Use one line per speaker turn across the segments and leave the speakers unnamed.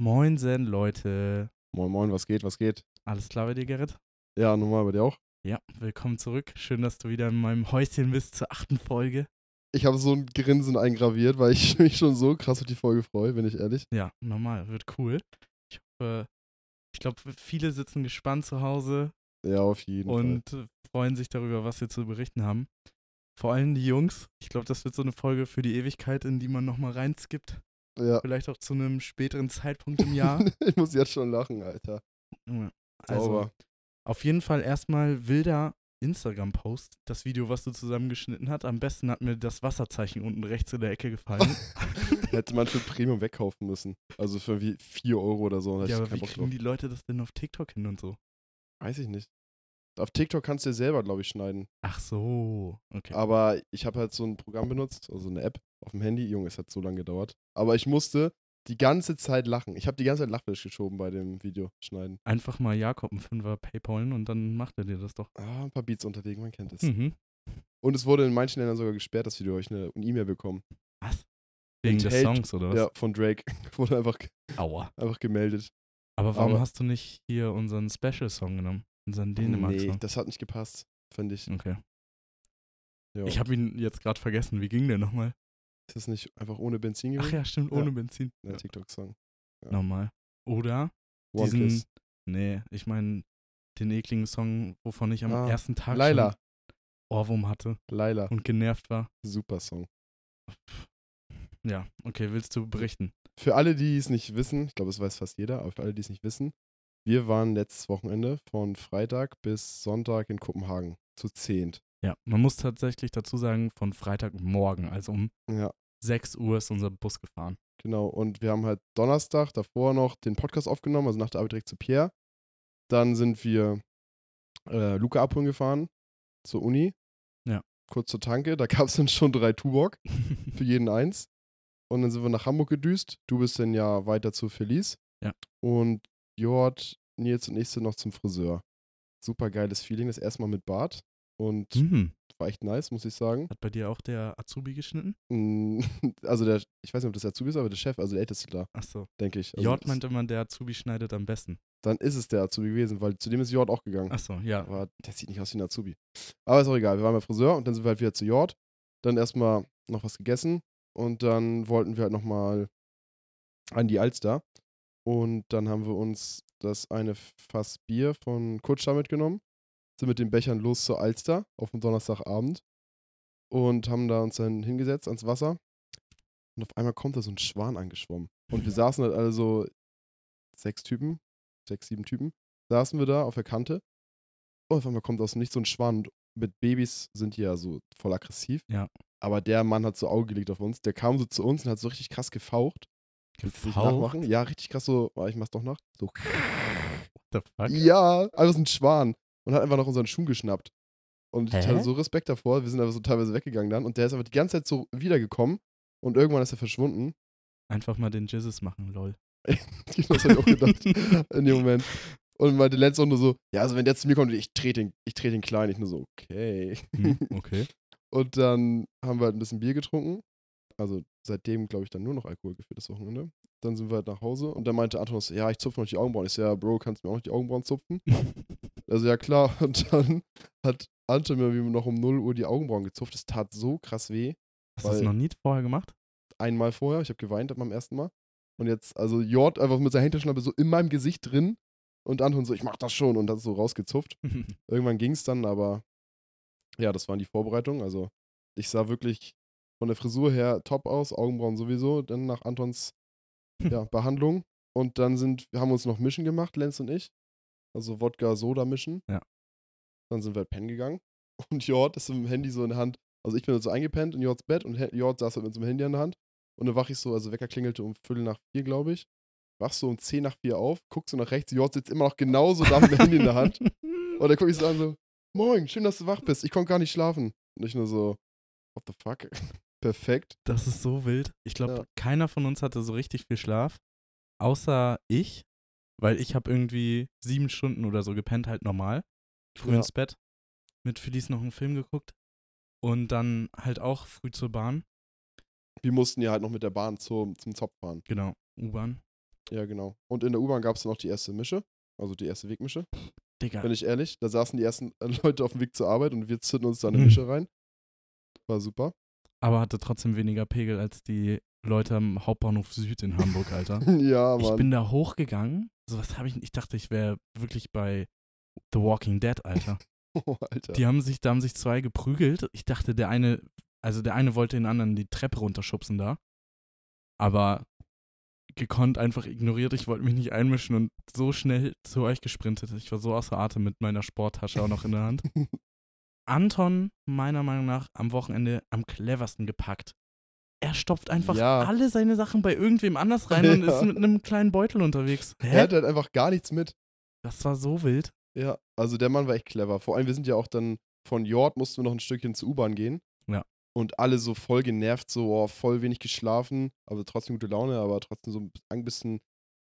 Moinsen, Leute.
Moin, moin, was geht, was geht?
Alles klar bei dir, Gerrit?
Ja, normal bei dir auch.
Ja, willkommen zurück. Schön, dass du wieder in meinem Häuschen bist zur achten Folge.
Ich habe so ein Grinsen eingraviert, weil ich mich schon so krass auf die Folge freue, bin ich ehrlich.
Ja, normal, wird cool. Ich hoffe, ich glaube, viele sitzen gespannt zu Hause
Ja, auf jeden Fall.
und freuen sich darüber, was wir zu berichten haben. Vor allem die Jungs. Ich glaube, das wird so eine Folge für die Ewigkeit, in die man nochmal reinskippt.
Ja.
Vielleicht auch zu einem späteren Zeitpunkt im Jahr.
ich muss jetzt schon lachen, Alter.
Ja, also
Sauber.
Auf jeden Fall erstmal wilder Instagram-Post. Das Video, was du zusammengeschnitten hast. Am besten hat mir das Wasserzeichen unten rechts in der Ecke gefallen.
Hätte man für Premium wegkaufen müssen. Also für wie 4 Euro oder so. da hätte
ja,
ich
aber
keinen
wie
Bock
kriegen
drauf.
die Leute das denn auf TikTok hin und so?
Weiß ich nicht. Auf TikTok kannst du dir selber, glaube ich, schneiden.
Ach so, okay.
Aber ich habe halt so ein Programm benutzt, also eine App auf dem Handy. Junge, es hat so lange gedauert. Aber ich musste die ganze Zeit lachen. Ich habe die ganze Zeit Lachfisch geschoben bei dem Video schneiden.
Einfach mal Jakob einen Fünfer Paypalen und dann macht er dir das doch.
Ah, ein paar Beats unterlegen, man kennt es.
Mhm.
Und es wurde in manchen Ländern sogar gesperrt, das Video. Ich habe eine E-Mail bekommen.
Was? Wegen des
Enthält-
Songs oder was?
Ja, von Drake. Wurde einfach,
Aua.
einfach gemeldet.
Aber warum
Aber-
hast du nicht hier unseren Special-Song genommen? Unseren Dänemark-Song?
nee, das hat nicht gepasst, fand ich.
okay.
Ja.
Hm. Ich habe ihn jetzt gerade vergessen. Wie ging der nochmal?
Ist das nicht einfach ohne Benzin
Ach
gewesen?
ja, stimmt, ohne Benzin.
Der TikTok-Song. ja.
Normal. Oder
One
diesen,
Piece.
Nee, ich meine den ekligen Song, wovon ich am
Ah,
ersten Tag
Laila.
schon Ohrwurm hatte
Laila.
und genervt war.
Super Song.
Ja, okay, willst du berichten?
Für alle, die es nicht wissen, ich glaube, es weiß fast jeder, aber für alle, die es nicht wissen, wir waren letztes Wochenende von Freitag bis Sonntag in Kopenhagen. Zu zehnt.
Ja, man muss tatsächlich dazu sagen, von Freitagmorgen, also um
Ja,
6 Uhr ist unser Bus gefahren.
genau. Und wir haben halt Donnerstag davor noch den Podcast aufgenommen, also nach der Arbeit direkt zu Pierre. Dann sind wir äh, Luca abholen gefahren zur Uni.
Ja.
Kurz zur Tanke. Da gab es dann schon drei Tubok. für jeden eins. Und dann sind wir nach Hamburg gedüst. Du bist dann ja weiter zu Felice.
Ja.
Und Jord, Nils und ich sind noch zum Friseur. Super geiles Feeling, das erste Mal mit Bart. Und
hm,
war echt nice, muss ich sagen.
hat bei dir auch der Azubi geschnitten?
Mm, Also der, ich weiß nicht, ob das der Azubi ist, aber der Chef, also der Älteste da,
Achso.
denke ich. Also
Jord
das-
meinte immer, der Azubi schneidet am besten.
Dann ist es der Azubi gewesen, weil zu dem ist Jord auch gegangen.
Achso, ja.
Aber der sieht nicht aus wie ein Azubi. Aber ist auch egal. Wir waren beim Friseur und dann sind wir halt wieder zu Jord. Dann erstmal noch was gegessen und dann wollten wir halt nochmal an die Alster. Und dann haben wir uns das eine Fass Bier von Kutscher mitgenommen, sind mit den Bechern los zur Alster auf dem Donnerstagabend und haben da uns dann hingesetzt ans Wasser. Und auf einmal kommt da so ein Schwan angeschwommen. Und wir saßen halt alle so sechs Typen, sechs, sieben Typen, saßen wir da auf der Kante und auf einmal kommt aus dem Nichts so ein Schwan. Und mit Babys sind die ja so voll aggressiv.
Ja.
Aber der Mann hat so Auge gelegt auf uns. Der kam so zu uns und hat so richtig krass gefaucht. Willst du nicht
Gefaucht?
nachmachen? Ja, richtig krass so. Oh, ich mach's doch nach. So.
What the fuck?
Ja, alles ein Schwan. Und hat einfach noch unseren Schuh geschnappt. Und ich
Hä?
hatte so Respekt davor. Wir sind aber so teilweise weggegangen dann. Und der ist aber die ganze Zeit so wiedergekommen. Und irgendwann ist er verschwunden.
Einfach mal den Jizzes machen, lol.
das hab ich auch gedacht. in dem Moment. Und meinte Lenz auch nur so: Ja, also wenn der zu mir kommt, ich trete den, ich trete den klein. Ich nur so: Okay.
Hm, okay.
Und dann haben wir halt ein bisschen Bier getrunken. Also seitdem, glaube ich, dann nur noch Alkohol geführt das Wochenende. Dann sind wir halt nach Hause und dann meinte Anton, so, ja, ich zupfe noch die Augenbrauen. Ich so, ja, Bro, kannst du mir auch noch die Augenbrauen zupfen? Also ja, klar. Und dann hat Anton mir noch um 0 Uhr die Augenbrauen gezupft. Das tat so krass weh.
Hast du das
Weil-
noch nie vorher gemacht?
Einmal vorher, ich habe geweint beim ersten Mal. Und jetzt, also Jord einfach mit seiner Hinterschnappe so in meinem Gesicht drin. Und Anton so, ich mach das schon. Und hat so rausgezupft. Irgendwann ging es dann, aber ja, das waren die Vorbereitungen. Also ich sah wirklich von der Frisur her top aus, Augenbrauen sowieso, dann nach Antons
Hm.
ja, Behandlung. Und dann sind, haben wir uns noch Mischen gemacht, Lenz und ich. Also Wodka-Soda-Mischen.
Ja.
Dann sind wir halt pennen gegangen. Und Jord ist mit dem Handy so in der Hand. Also ich bin so eingepennt in Jords Bett und He- Jord saß halt mit so einem Handy in der Hand. Und dann wach ich so, also Wecker klingelte um Viertel nach vier, glaube ich. Wach so um zehn nach vier auf, guck so nach rechts, Jord sitzt immer noch genauso da mit dem Handy in der Hand. Und dann guck ich so an, so, moin, schön, dass du wach bist. Ich konnte gar nicht schlafen. Und ich nur so, what the fuck? Perfekt.
Das ist so wild. Ich glaube,
Ja.
keiner von uns hatte so richtig viel Schlaf, außer ich, weil ich habe irgendwie sieben Stunden oder so gepennt, halt normal. Früh
Ja.
ins Bett, mit Felice noch einen Film geguckt und dann halt auch früh zur Bahn,
Wir mussten ja halt noch mit der Bahn zum, zum Zopf fahren.
genau, U-Bahn.
Ja, genau. Und in der U-Bahn gab es dann auch die erste Mische, also die erste Wegmische.
Digga.
Bin ich ehrlich, da saßen die ersten äh, Leute auf dem Weg zur Arbeit und wir zünden uns da eine
Hm.
Mische rein. War super.
Aber hatte trotzdem weniger Pegel als die Leute am Hauptbahnhof Süd in Hamburg, Alter.
ja,
ich
Mann.
bin da hochgegangen. Sowas habe ich nicht. Ich dachte, ich wäre wirklich bei The Walking Dead, Alter.
Oh, Alter.
Die haben sich, da haben sich zwei geprügelt. Ich dachte, der eine, also der eine wollte den anderen die Treppe runterschubsen da. Aber gekonnt einfach ignoriert. Ich wollte mich nicht einmischen und so schnell zu euch gesprintet. Ich war so außer Atem mit meiner Sporttasche auch noch in der Hand. Anton, meiner Meinung nach, am Wochenende am cleversten gepackt. Er stopft einfach
Ja.
alle seine Sachen bei irgendwem anders rein und
Ja.
ist mit einem kleinen Beutel unterwegs.
er
Hä?
hatte halt einfach gar nichts mit.
Das war so wild.
Ja, also der Mann war echt clever. Vor allem, wir sind ja auch dann von Jord mussten wir noch ein Stückchen zur U-Bahn gehen.
Ja.
Und alle so voll genervt, so oh, voll wenig geschlafen, aber trotzdem gute Laune, aber trotzdem so ein bisschen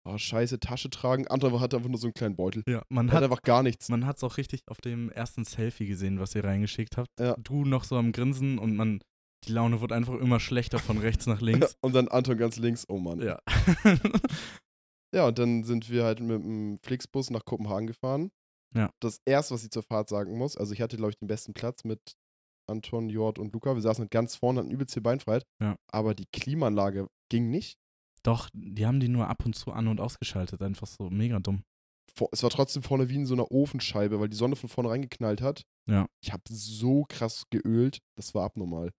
oh, scheiße Tasche tragen. Anton hatte einfach nur so einen kleinen Beutel.
Ja, man
Er
hat
hat einfach gar nichts.
Man hat es auch richtig auf dem ersten Selfie gesehen, was ihr reingeschickt habt.
Ja.
Du noch so am Grinsen und man, die Laune wurde einfach immer schlechter von rechts nach links.
Und dann Anton ganz links, oh Mann.
ja.
Ja, und dann sind wir halt mit dem Flixbus nach Kopenhagen gefahren.
Ja.
Das erste, was ich zur Fahrt sagen muss, also ich hatte, glaube ich, den besten Platz mit Anton, Jord und Luca. Wir saßen halt ganz vorne, hatten übelst hier Beinfreiheit.
Ja.
Aber die Klimaanlage ging nicht.
Doch, die haben die nur ab und zu an- und ausgeschaltet. Einfach so mega dumm.
Vor, es war trotzdem vorne wie in so einer Ofenscheibe, weil die Sonne von vorne reingeknallt hat.
Ja.
Ich habe so krass geölt, das war abnormal.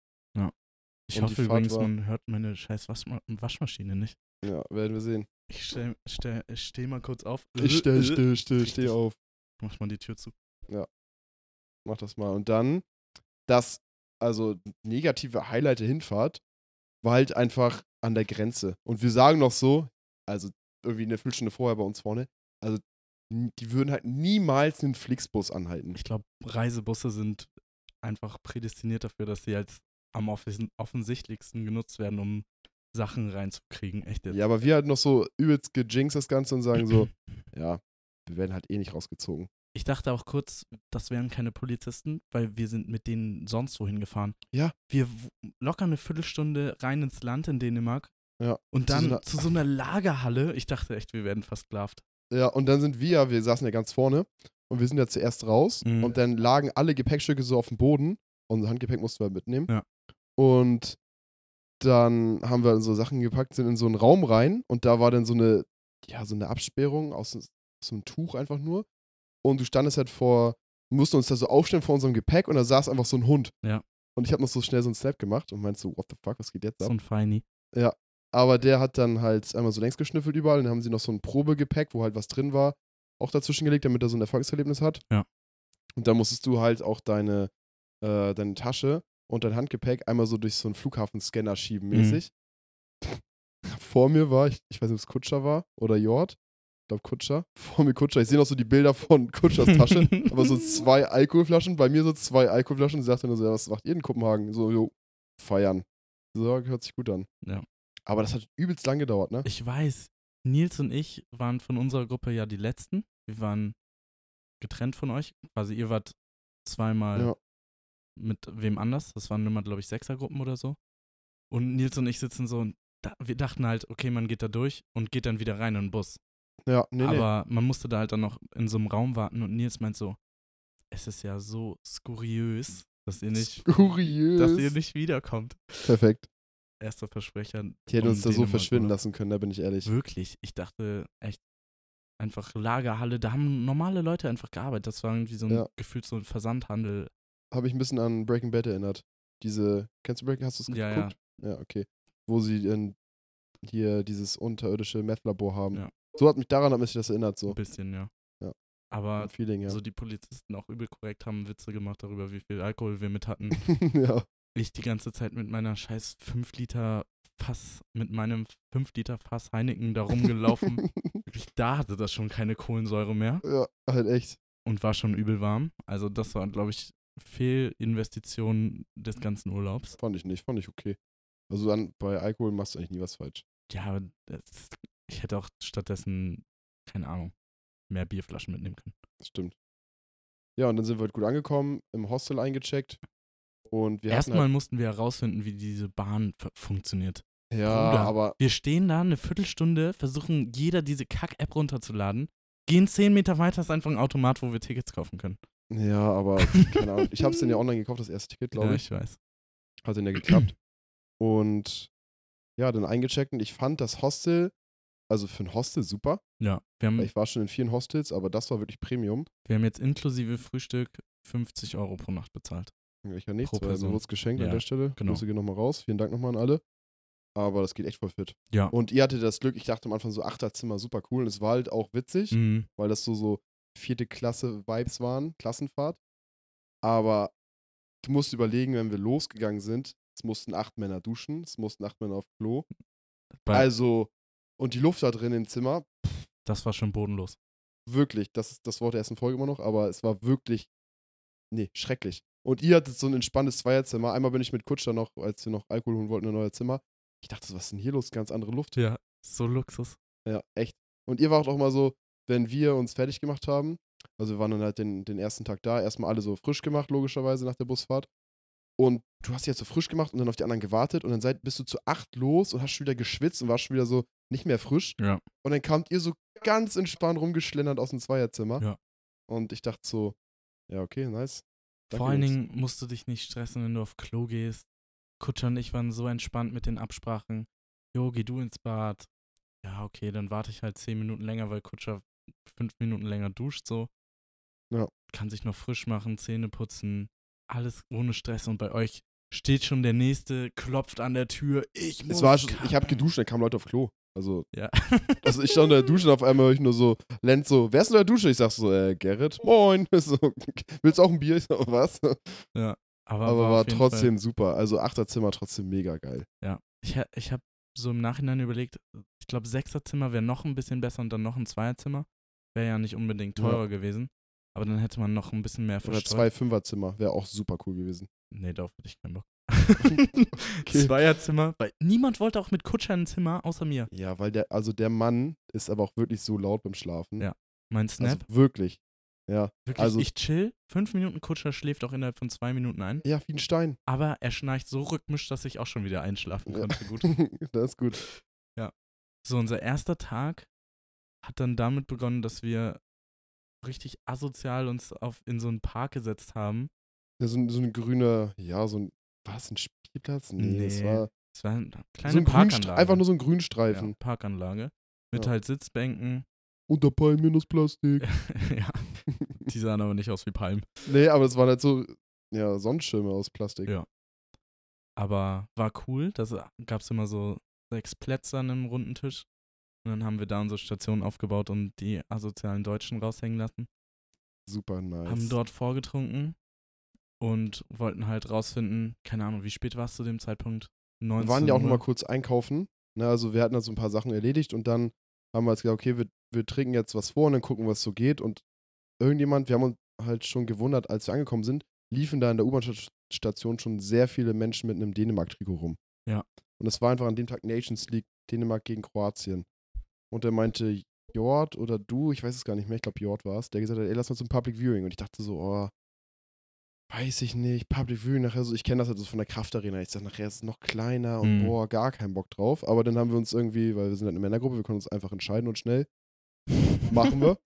Ich
Und die
hoffe
Fahrt
übrigens,
war-
man hört meine scheiß Waschma Waschmaschine nicht.
Ja, werden wir sehen.
Ich stell, stell, steh mal kurz auf.
Ich steh, steh, steh,
Richtig.
steh auf.
Mach mal die Tür zu.
Mach das mal. Und dann, das, also negative Highlight der Hinfahrt, war halt einfach an der Grenze. Und wir sagen noch so, also irgendwie eine Viertelstunde vorher bei uns vorne, also n- die würden halt niemals einen Flixbus anhalten.
Ich glaube, Reisebusse sind einfach prädestiniert dafür, dass sie als am offis- offensichtlichsten genutzt werden, um Sachen reinzukriegen. Echt jetzt.
Ja, also, aber wir halt noch so übelst gejinxt das Ganze und sagen so, ja, wir werden halt eh nicht rausgezogen.
Ich dachte auch kurz, das wären keine Polizisten, weil wir sind mit denen sonst wohin gefahren.
Ja.
Wir w- locker eine Viertelstunde rein ins Land in Dänemark.
Ja.
Und
Zu
dann
so
zu so
einer-
einer, Lagerhalle. Ich dachte echt, wir werden versklavt.
Ja, und dann sind wir, wir saßen ja ganz vorne und wir sind ja zuerst raus
Mhm.
und dann lagen alle Gepäckstücke so auf dem Boden. Unser Handgepäck mussten wir mitnehmen.
Ja.
Und dann haben wir so Sachen gepackt, sind in so einen Raum rein und da war dann so eine, ja, so eine Absperrung aus, aus so einem Tuch einfach nur. Und du standest halt vor, wir mussten uns da so aufstellen vor unserem Gepäck und da saß einfach so ein Hund.
Ja.
Und ich habe noch so schnell so einen Snap gemacht und meinst so, what the fuck, was geht jetzt ab?
So ein Feini.
Aber der hat dann halt einmal so längs geschnüffelt überall. Dann haben sie noch so ein Probegepäck, wo halt was drin war, auch dazwischen gelegt, damit er so ein Erfolgserlebnis hat.
Ja.
Und dann musstest du halt auch deine, äh, deine Tasche und dein Handgepäck einmal so durch so einen Flughafenscanner schieben,
Mhm.
mäßig. Vor mir war, ich, ich weiß nicht, ob es Kutscher war oder Jord. Ich glaube Kutscher. Vor mir Kutscher. Ich sehe noch so die Bilder von Kutschers Tasche. Aber so zwei Alkoholflaschen, bei mir so zwei Alkoholflaschen. Sie sagte nur so, ja, was macht ihr in Kopenhagen? So, jo, feiern. So, hört sich gut an.
Ja.
Aber das hat übelst lang gedauert, ne?
Ich weiß, Nils und ich waren von unserer Gruppe ja die Letzten. Wir waren getrennt von euch. Also ihr wart zweimal
Ja.
mit wem anders. Das waren immer, glaube ich, Sechsergruppen oder so. Und Nils und ich sitzen so und da, wir dachten halt, okay, man geht da durch und geht dann wieder rein in den Bus.
Ja, nee, nee.
Aber man musste da halt dann noch in so einem Raum warten und Nils meint so, es ist ja so skuriös, dass ihr nicht,
Kuriös.
dass ihr nicht wiederkommt.
Perfekt.
Erster Versprecher.
Die hätten
um
uns da so
Dänemark,
verschwinden
oder?
lassen können, da bin ich ehrlich.
Wirklich, ich dachte echt einfach Lagerhalle, da haben normale Leute einfach gearbeitet. Das war irgendwie so ein
Ja.
gefühlt so ein Versandhandel.
Habe ich ein bisschen an Breaking Bad erinnert. Diese, kennst du Breaking, hast du es
Ja, ja.
geguckt? Ja. ja, okay. Wo sie in, hier dieses unterirdische Meth-Labor haben.
Ja.
So hat mich daran hat mich das erinnert,
Ein
so.
bisschen, ja.
Ja.
Aber
Ein Feeling, ja.
so die Polizisten auch übel korrekt haben Witze gemacht darüber, wie viel Alkohol wir mit hatten.
ja.
ich die ganze Zeit mit meiner scheiß 5 Liter Fass, mit meinem 5 Liter Fass Heineken da rumgelaufen. Wirklich, da hatte das schon keine Kohlensäure mehr
ja, halt echt.
und war schon übel warm. Also das war, glaube ich, Fehlinvestition des ganzen Urlaubs.
Fand ich nicht, fand ich okay. Also an, bei Alkohol machst du eigentlich nie was falsch.
Ja, aber das, ich hätte auch stattdessen, keine Ahnung, mehr Bierflaschen mitnehmen können.
Das stimmt. Ja, und dann sind wir halt gut angekommen, im Hostel eingecheckt. Und wir hatten halt,
Erstmal mussten wir herausfinden, wie diese Bahn f- funktioniert.
Ja,
Bruder.
aber
Wir stehen da eine Viertelstunde, versuchen jeder diese Kack-App runterzuladen, gehen zehn Meter weiter, ist einfach ein Automat, wo wir Tickets kaufen können.
ja, aber Oh, keine Ahnung. Ich habe es denn ja online gekauft, das erste Ticket, glaube
ja,
ich.
ich weiß.
Hat dann ja geklappt. Und ja, dann eingecheckt und ich fand das Hostel, also für ein Hostel super.
Ja, wir
Weil
haben,
ich war schon in vielen Hostels, aber das war wirklich Premium.
wir haben jetzt inklusive Frühstück 50 Euro pro Nacht bezahlt.
Ich ja nichts,
Pro
weil mir
Person.
wurde es geschenkt an
Ja,
der Stelle.
genau.
Grüße gehen nochmal raus. Vielen Dank nochmal an alle. Aber das geht echt voll fit.
Ja.
Und ihr hattet das Glück, ich dachte am Anfang so, Achterzimmer, super cool. Und es war halt auch witzig,
Mhm.
weil das so, so vierte Klasse-Vibes waren, Klassenfahrt. Aber du musst überlegen, wenn wir losgegangen sind, es mussten acht Männer duschen, es mussten acht Männer auf Klo.
Weil
Also, und die Luft da drin im Zimmer,
das war schon bodenlos.
wirklich, das ist das Wort der ersten Folge immer noch, aber es war wirklich, nee, schrecklich. Und ihr hattet so ein entspanntes Zweierzimmer. Einmal bin ich mit Kutscher noch, als wir noch Alkohol holen wollten, in ein neues Zimmer. Ich dachte, so, was ist denn hier los? Ganz andere Luft.
Ja, so Luxus.
Ja, echt. Und ihr wart auch mal so, wenn wir uns fertig gemacht haben, also wir waren dann halt den, den ersten Tag da, erstmal alle so frisch gemacht, logischerweise nach der Busfahrt. Und du hast dich halt so frisch gemacht und dann auf die anderen gewartet und dann seid, bist du zu acht los und hast schon wieder geschwitzt und warst schon wieder so nicht mehr frisch.
Ja.
Und dann kamt ihr so ganz entspannt rumgeschlendert aus dem Zweierzimmer.
Ja.
Und ich dachte so, ja, okay, nice. Danke,
Vor allen
Jungs.
Dingen musst du dich nicht stressen, wenn du auf Klo gehst. Kutscher und ich waren so entspannt mit den Absprachen. Jo, geh du ins Bad. Ja, okay, dann warte ich halt zehn Minuten länger, weil Kutscher fünf Minuten länger duscht so.
Ja.
Kann sich noch frisch machen, Zähne putzen. Alles ohne Stress und bei euch steht schon der Nächste, klopft an der Tür. Ich muss.
Es war schon, ich
kacken.
habe geduscht, dann kamen Leute auf Klo. Also,
Ja.
also ich stand in der Dusche und auf einmal höre ich nur so, Lenz so, wer ist in der Dusche? Ich sag so, äh, Gerrit, moin. So, willst du auch ein Bier? Ich sag, "Oh, was?
Aber,
Aber
war,
war
auf jeden
trotzdem super. Also Achterzimmer trotzdem mega geil.
Ich, ha- ich habe so im Nachhinein überlegt, ich glaube, Sechserzimmer wäre noch ein bisschen besser und dann noch ein Zweierzimmer. Wäre ja nicht unbedingt
Ja.
teurer gewesen. Aber dann hätte man noch ein bisschen mehr
Oder
verstreut.
zwei Fünferzimmer wäre auch super cool gewesen.
Nee, darauf hätte ich keinen Bock.
Okay.
Zweierzimmer, weil niemand wollte auch mit Kutscher ein Zimmer, außer mir.
Ja, weil der, also der Mann ist aber auch wirklich so laut beim Schlafen.
Ja, Mein Snap,
Also wirklich. Ja.
wirklich,
also-
ich chill, fünf Minuten Kutscher schläft auch innerhalb von zwei Minuten ein,
Ja, wie ein Stein.
aber er schnarcht so rhythmisch, dass ich auch schon wieder einschlafen
Ja.
konnte. Gut.
das ist gut.
So, unser erster Tag hat dann damit begonnen, dass wir richtig asozial uns auf, in so einen Park gesetzt haben.
Ja, so, ein- so ein grüner, ja, so ein, war es ein Spielplatz? Nee, es
Nee.
war
Es war eine kleine
so ein Grünstre-
Parkanlage.
einfach nur so ein
ja,
Grünstreifen.
Parkanlage. Mit
Ja.
halt Sitzbänken.
Unter Palmen minus Plastik.
ja, die sahen aber nicht aus wie Palmen.
nee, aber es waren halt so ja, Sonnenschirme aus Plastik.
Ja. Aber war cool. Da gab es immer so sechs Plätze an einem runden Tisch. Und dann haben wir da unsere Station aufgebaut und die asozialen Deutschen raushängen lassen.
Super nice.
haben dort vorgetrunken und wollten halt rausfinden, keine Ahnung, wie spät war es zu dem Zeitpunkt?
wir
19
waren ja auch nochmal
Uhr.
kurz einkaufen. Ne, also wir hatten da so ein paar Sachen erledigt und dann haben wir jetzt gesagt, okay, wir, wir trinken jetzt was vor und dann gucken, was so geht. Und irgendjemand, wir haben uns halt schon gewundert, als wir angekommen sind, liefen da in der U-Bahn-Station schon sehr viele Menschen mit einem Dänemark-Trikot rum.
Ja.
Und es war einfach an dem Tag Nations League, Dänemark gegen Kroatien. Und er meinte, Jord oder du, ich weiß es gar nicht mehr, ich glaube Jord war es, der gesagt hat, ey, lass mal zum Public Viewing. Und ich dachte so, oh, weiß ich nicht, Public Viewing nachher so, ich kenne das halt so von der Kraftarena. Ich sag, nachher ist es noch kleiner und
Mhm.
boah, gar keinen Bock drauf. Aber dann haben wir uns irgendwie, weil wir sind halt eine Männergruppe, wir können uns einfach entscheiden und schnell machen wir.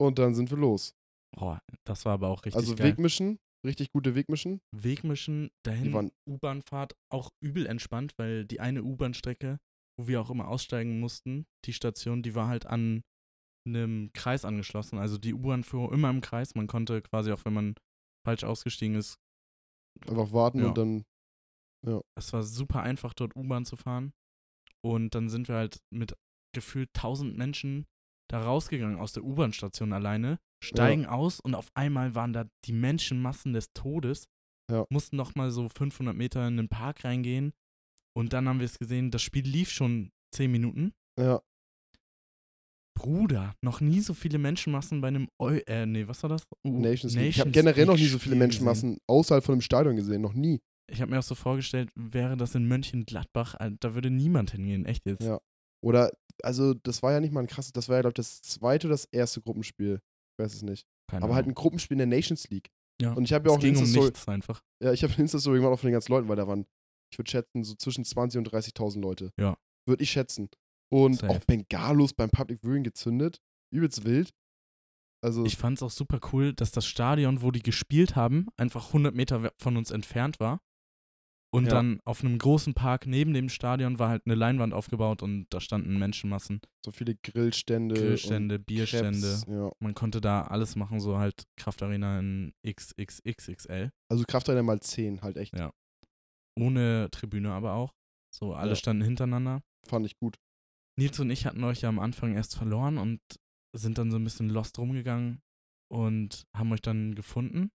und dann sind wir los.
Boah, das war aber auch richtig
also
geil.
Wegmischen, richtig gute Wegmischen.
Wegmischen,
Die
dahin
waren-
U-Bahnfahrt auch übel entspannt, weil die eine U-Bahn-Strecke, wo wir auch immer aussteigen mussten, die Station, die war halt an einem Kreis angeschlossen. Also die U-Bahn fuhr immer im Kreis. Man konnte quasi auch, wenn man falsch ausgestiegen ist,
Einfach warten
Ja.
und dann,
es war super einfach, dort U-Bahn zu fahren. Und dann sind wir halt mit gefühlt 1000 Menschen da rausgegangen aus der U-Bahn-Station alleine, steigen aus und auf einmal waren da die Menschenmassen des Todes,
Ja.
mussten nochmal so 500 Meter in den Park reingehen. Und dann haben wir es gesehen, das Spiel lief schon 10 Minuten.
ja,
Bruder, noch nie so viele Menschenmassen bei einem, Eu äh, nee, was war das? U-
Nations League. Ich habe
Nations
generell noch nie so
League-Spiel
viele
gesehen.
Menschenmassen außerhalb von einem Stadion gesehen, noch nie.
Ich habe mir auch so vorgestellt, wäre das in Mönchengladbach, äh, da würde niemand hingehen, echt jetzt.
Ja. Oder, also das war ja nicht mal ein krasses, das war ja, glaube ich, das zweite oder das erste Gruppenspiel. Ich weiß es nicht.
Keine
Aber halt
Ahnung.
ein Gruppenspiel in der Nations League.
Ja.
Und ich habe ja
es
auch eine
ging um
Insta-Story
nichts einfach.
ja, ich hab eine Insta-Story gemacht auch von den ganzen Leuten, weil da waren ich würde schätzen, so zwischen 20 und 30.000 Leute.
Ja.
Würde ich schätzen. Und
Safe.
auch Bengalos beim Public Viewing gezündet. Übelst wild. Also,
Ich fand es auch super cool, dass das Stadion, wo die gespielt haben, einfach 100 Meter we- von uns entfernt war. Und
Ja.
dann auf einem großen Park neben dem Stadion war halt eine Leinwand aufgebaut und da standen Menschenmassen.
so viele Grillstände. Äh, und
Grillstände, Bierstände.
Crepes, Ja.
Man konnte da alles machen, so halt Kraftarena in XXXXL.
Also Kraftarena mal 10 halt echt.
Ja. Ohne Tribüne aber auch. So, alle
Ja.
standen hintereinander.
Fand ich gut.
Nils und ich hatten euch ja am Anfang erst verloren und sind dann so ein bisschen lost rumgegangen und haben euch dann gefunden.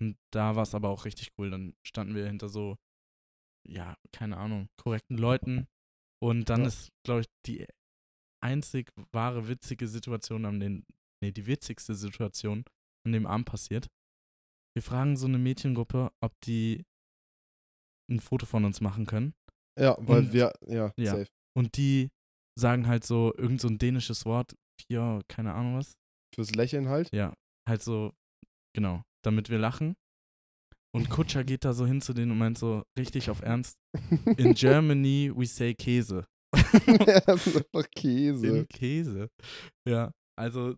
Und da war es aber auch richtig cool. Dann standen wir hinter so, ja, keine Ahnung, korrekten Leuten. Und dann
Ja.
ist, glaube ich, die einzig wahre witzige Situation an den, nee, die witzigste Situation an dem Abend passiert. Wir fragen so eine Mädchengruppe, ob die ein Foto von uns machen können.
Ja, weil
Und-
wir, ja,
Mhm. Ja.
safe.
Und die sagen halt so irgend so ein dänisches Wort, vier, keine Ahnung was.
Fürs Lächeln halt.
Ja, halt so, genau, damit wir lachen. Und Kutscher geht da so hin zu denen und meint so richtig auf Ernst, in Germany we say Käse.
das ist einfach Käse.
In Käse. Ja, also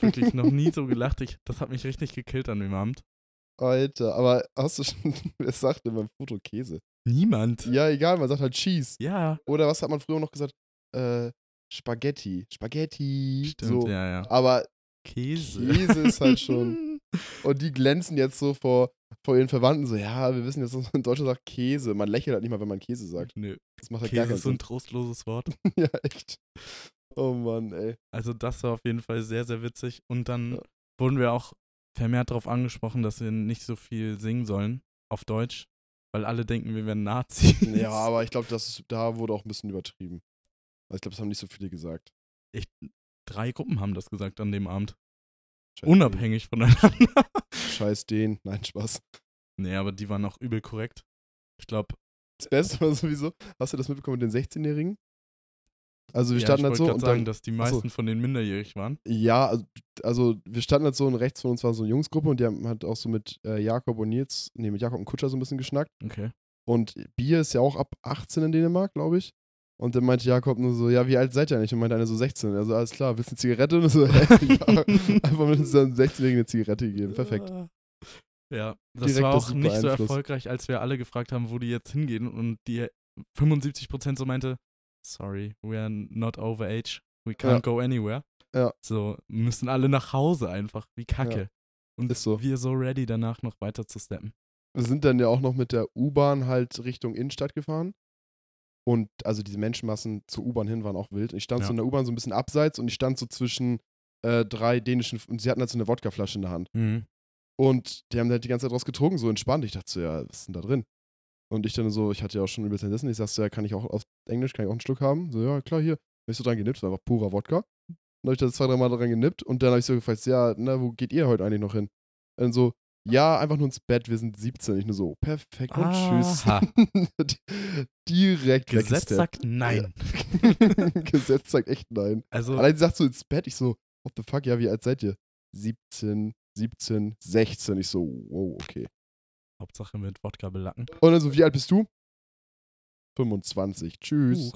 wirklich noch nie so gelacht. Ich, das hat mich richtig gekillt an dem Abend.
Alter, aber hast du schon, wer sagt denn beim Foto Käse?
Niemand.
Ja, egal, man sagt halt Cheese.
Ja,
Oder was hat man früher noch gesagt? Äh, Spaghetti. Spaghetti.
stimmt,
so.
ja, ja.
Aber
Käse.
Käse ist halt schon. Und die glänzen jetzt so vor, vor ihren Verwandten so, ja, wir wissen jetzt, dass man in Deutschland sagt Käse. Man lächelt halt nicht mal, wenn man Käse sagt.
Nö,
Das macht halt gar
Käse
keinen
ist so ein
Sinn.
trostloses Wort.
ja, echt. Oh Mann, ey.
Also das war auf jeden Fall sehr, sehr witzig. Und dann
Ja.
wurden wir auch vermehrt darauf angesprochen, dass wir nicht so viel singen sollen auf Deutsch, weil alle denken, wir wären Nazis.
Ja, aber ich glaube, das ist, da wurde auch ein bisschen übertrieben. Also ich glaube, das haben nicht so viele gesagt.
Drei Gruppen haben das gesagt an dem Abend.
Scheiß
Unabhängig voneinander.
Den. Scheiß den. Nein, Spaß.
nee, aber die waren auch übel korrekt. Ich glaube,
Das Beste war sowieso, hast du das mitbekommen mit den 16-Jährigen? Also wir
ja, ich
standen
wollte
halt so
gerade
und dann,
sagen, dass die meisten von denen minderjährig waren.
Ja, also, also wir standen halt so und rechts von uns war so eine Jungsgruppe und die haben halt auch so mit äh, Jakob und Nils, nee, mit Jakob und Kutscher so ein bisschen geschnackt.
Okay.
Und Bier ist ja auch ab 18 in Dänemark, glaube ich. Und dann meinte Jakob nur so, ja, wie alt seid ihr eigentlich? Und meinte einer so 16. Also alles klar, willst du eine Zigarette? Und so, hä? ja. genau. Einfach mit uns dann 16 wegen eine Zigarette gegeben. Perfekt.
Ja, das
Direkt
war
das
auch
super
nicht so
Einfluss.
erfolgreich, als wir alle gefragt haben, wo die jetzt hingehen und die 75% so meinte, sorry, we are not over age, we can't
Ja.
go anywhere.
Ja.
So, müssen alle nach Hause einfach, wie kacke. Und
Ist so.
wir so ready, danach noch weiter zu steppen.
Wir sind dann ja auch noch mit der U-Bahn halt Richtung Innenstadt gefahren. Und also diese Menschenmassen zur U-Bahn hin waren auch wild. Ich stand
Ja.
so in der U-Bahn so ein bisschen abseits und ich stand so zwischen äh, drei dänischen, und sie hatten halt so eine Wodkaflasche in der Hand. Und die haben halt die ganze Zeit draus getrunken, so entspannt. Ich dachte so, ja, was ist denn da drin? Und ich dann so, ich hatte ja auch schon übelst Hessen. Ich sagte so, ja, kann ich auch auf Englisch, kann ich auch einen Schluck haben? So, ja, klar, hier. Hab ich so dran genippt, war einfach purer Wodka. Dann habe ich da zwei, drei Mal dran genippt und dann habe ich so gefragt, ja, na, wo geht ihr heute eigentlich noch hin? Dann so, ja, einfach nur ins Bett, wir sind 17. Ich nur so, perfekt und
Aha.
tschüss. Direkt
Ah. Gesetz
weggesteppt.
sagt nein.
Gesetz sagt echt nein.
Also,
Allein sie sagt so ins Bett, ich so, what the fuck, ja, wie alt seid ihr? 17, 17, 16. Ich so, wow, okay.
Hauptsache mit Wodka belacken.
Und dann so, wie alt bist du? 25. Tschüss.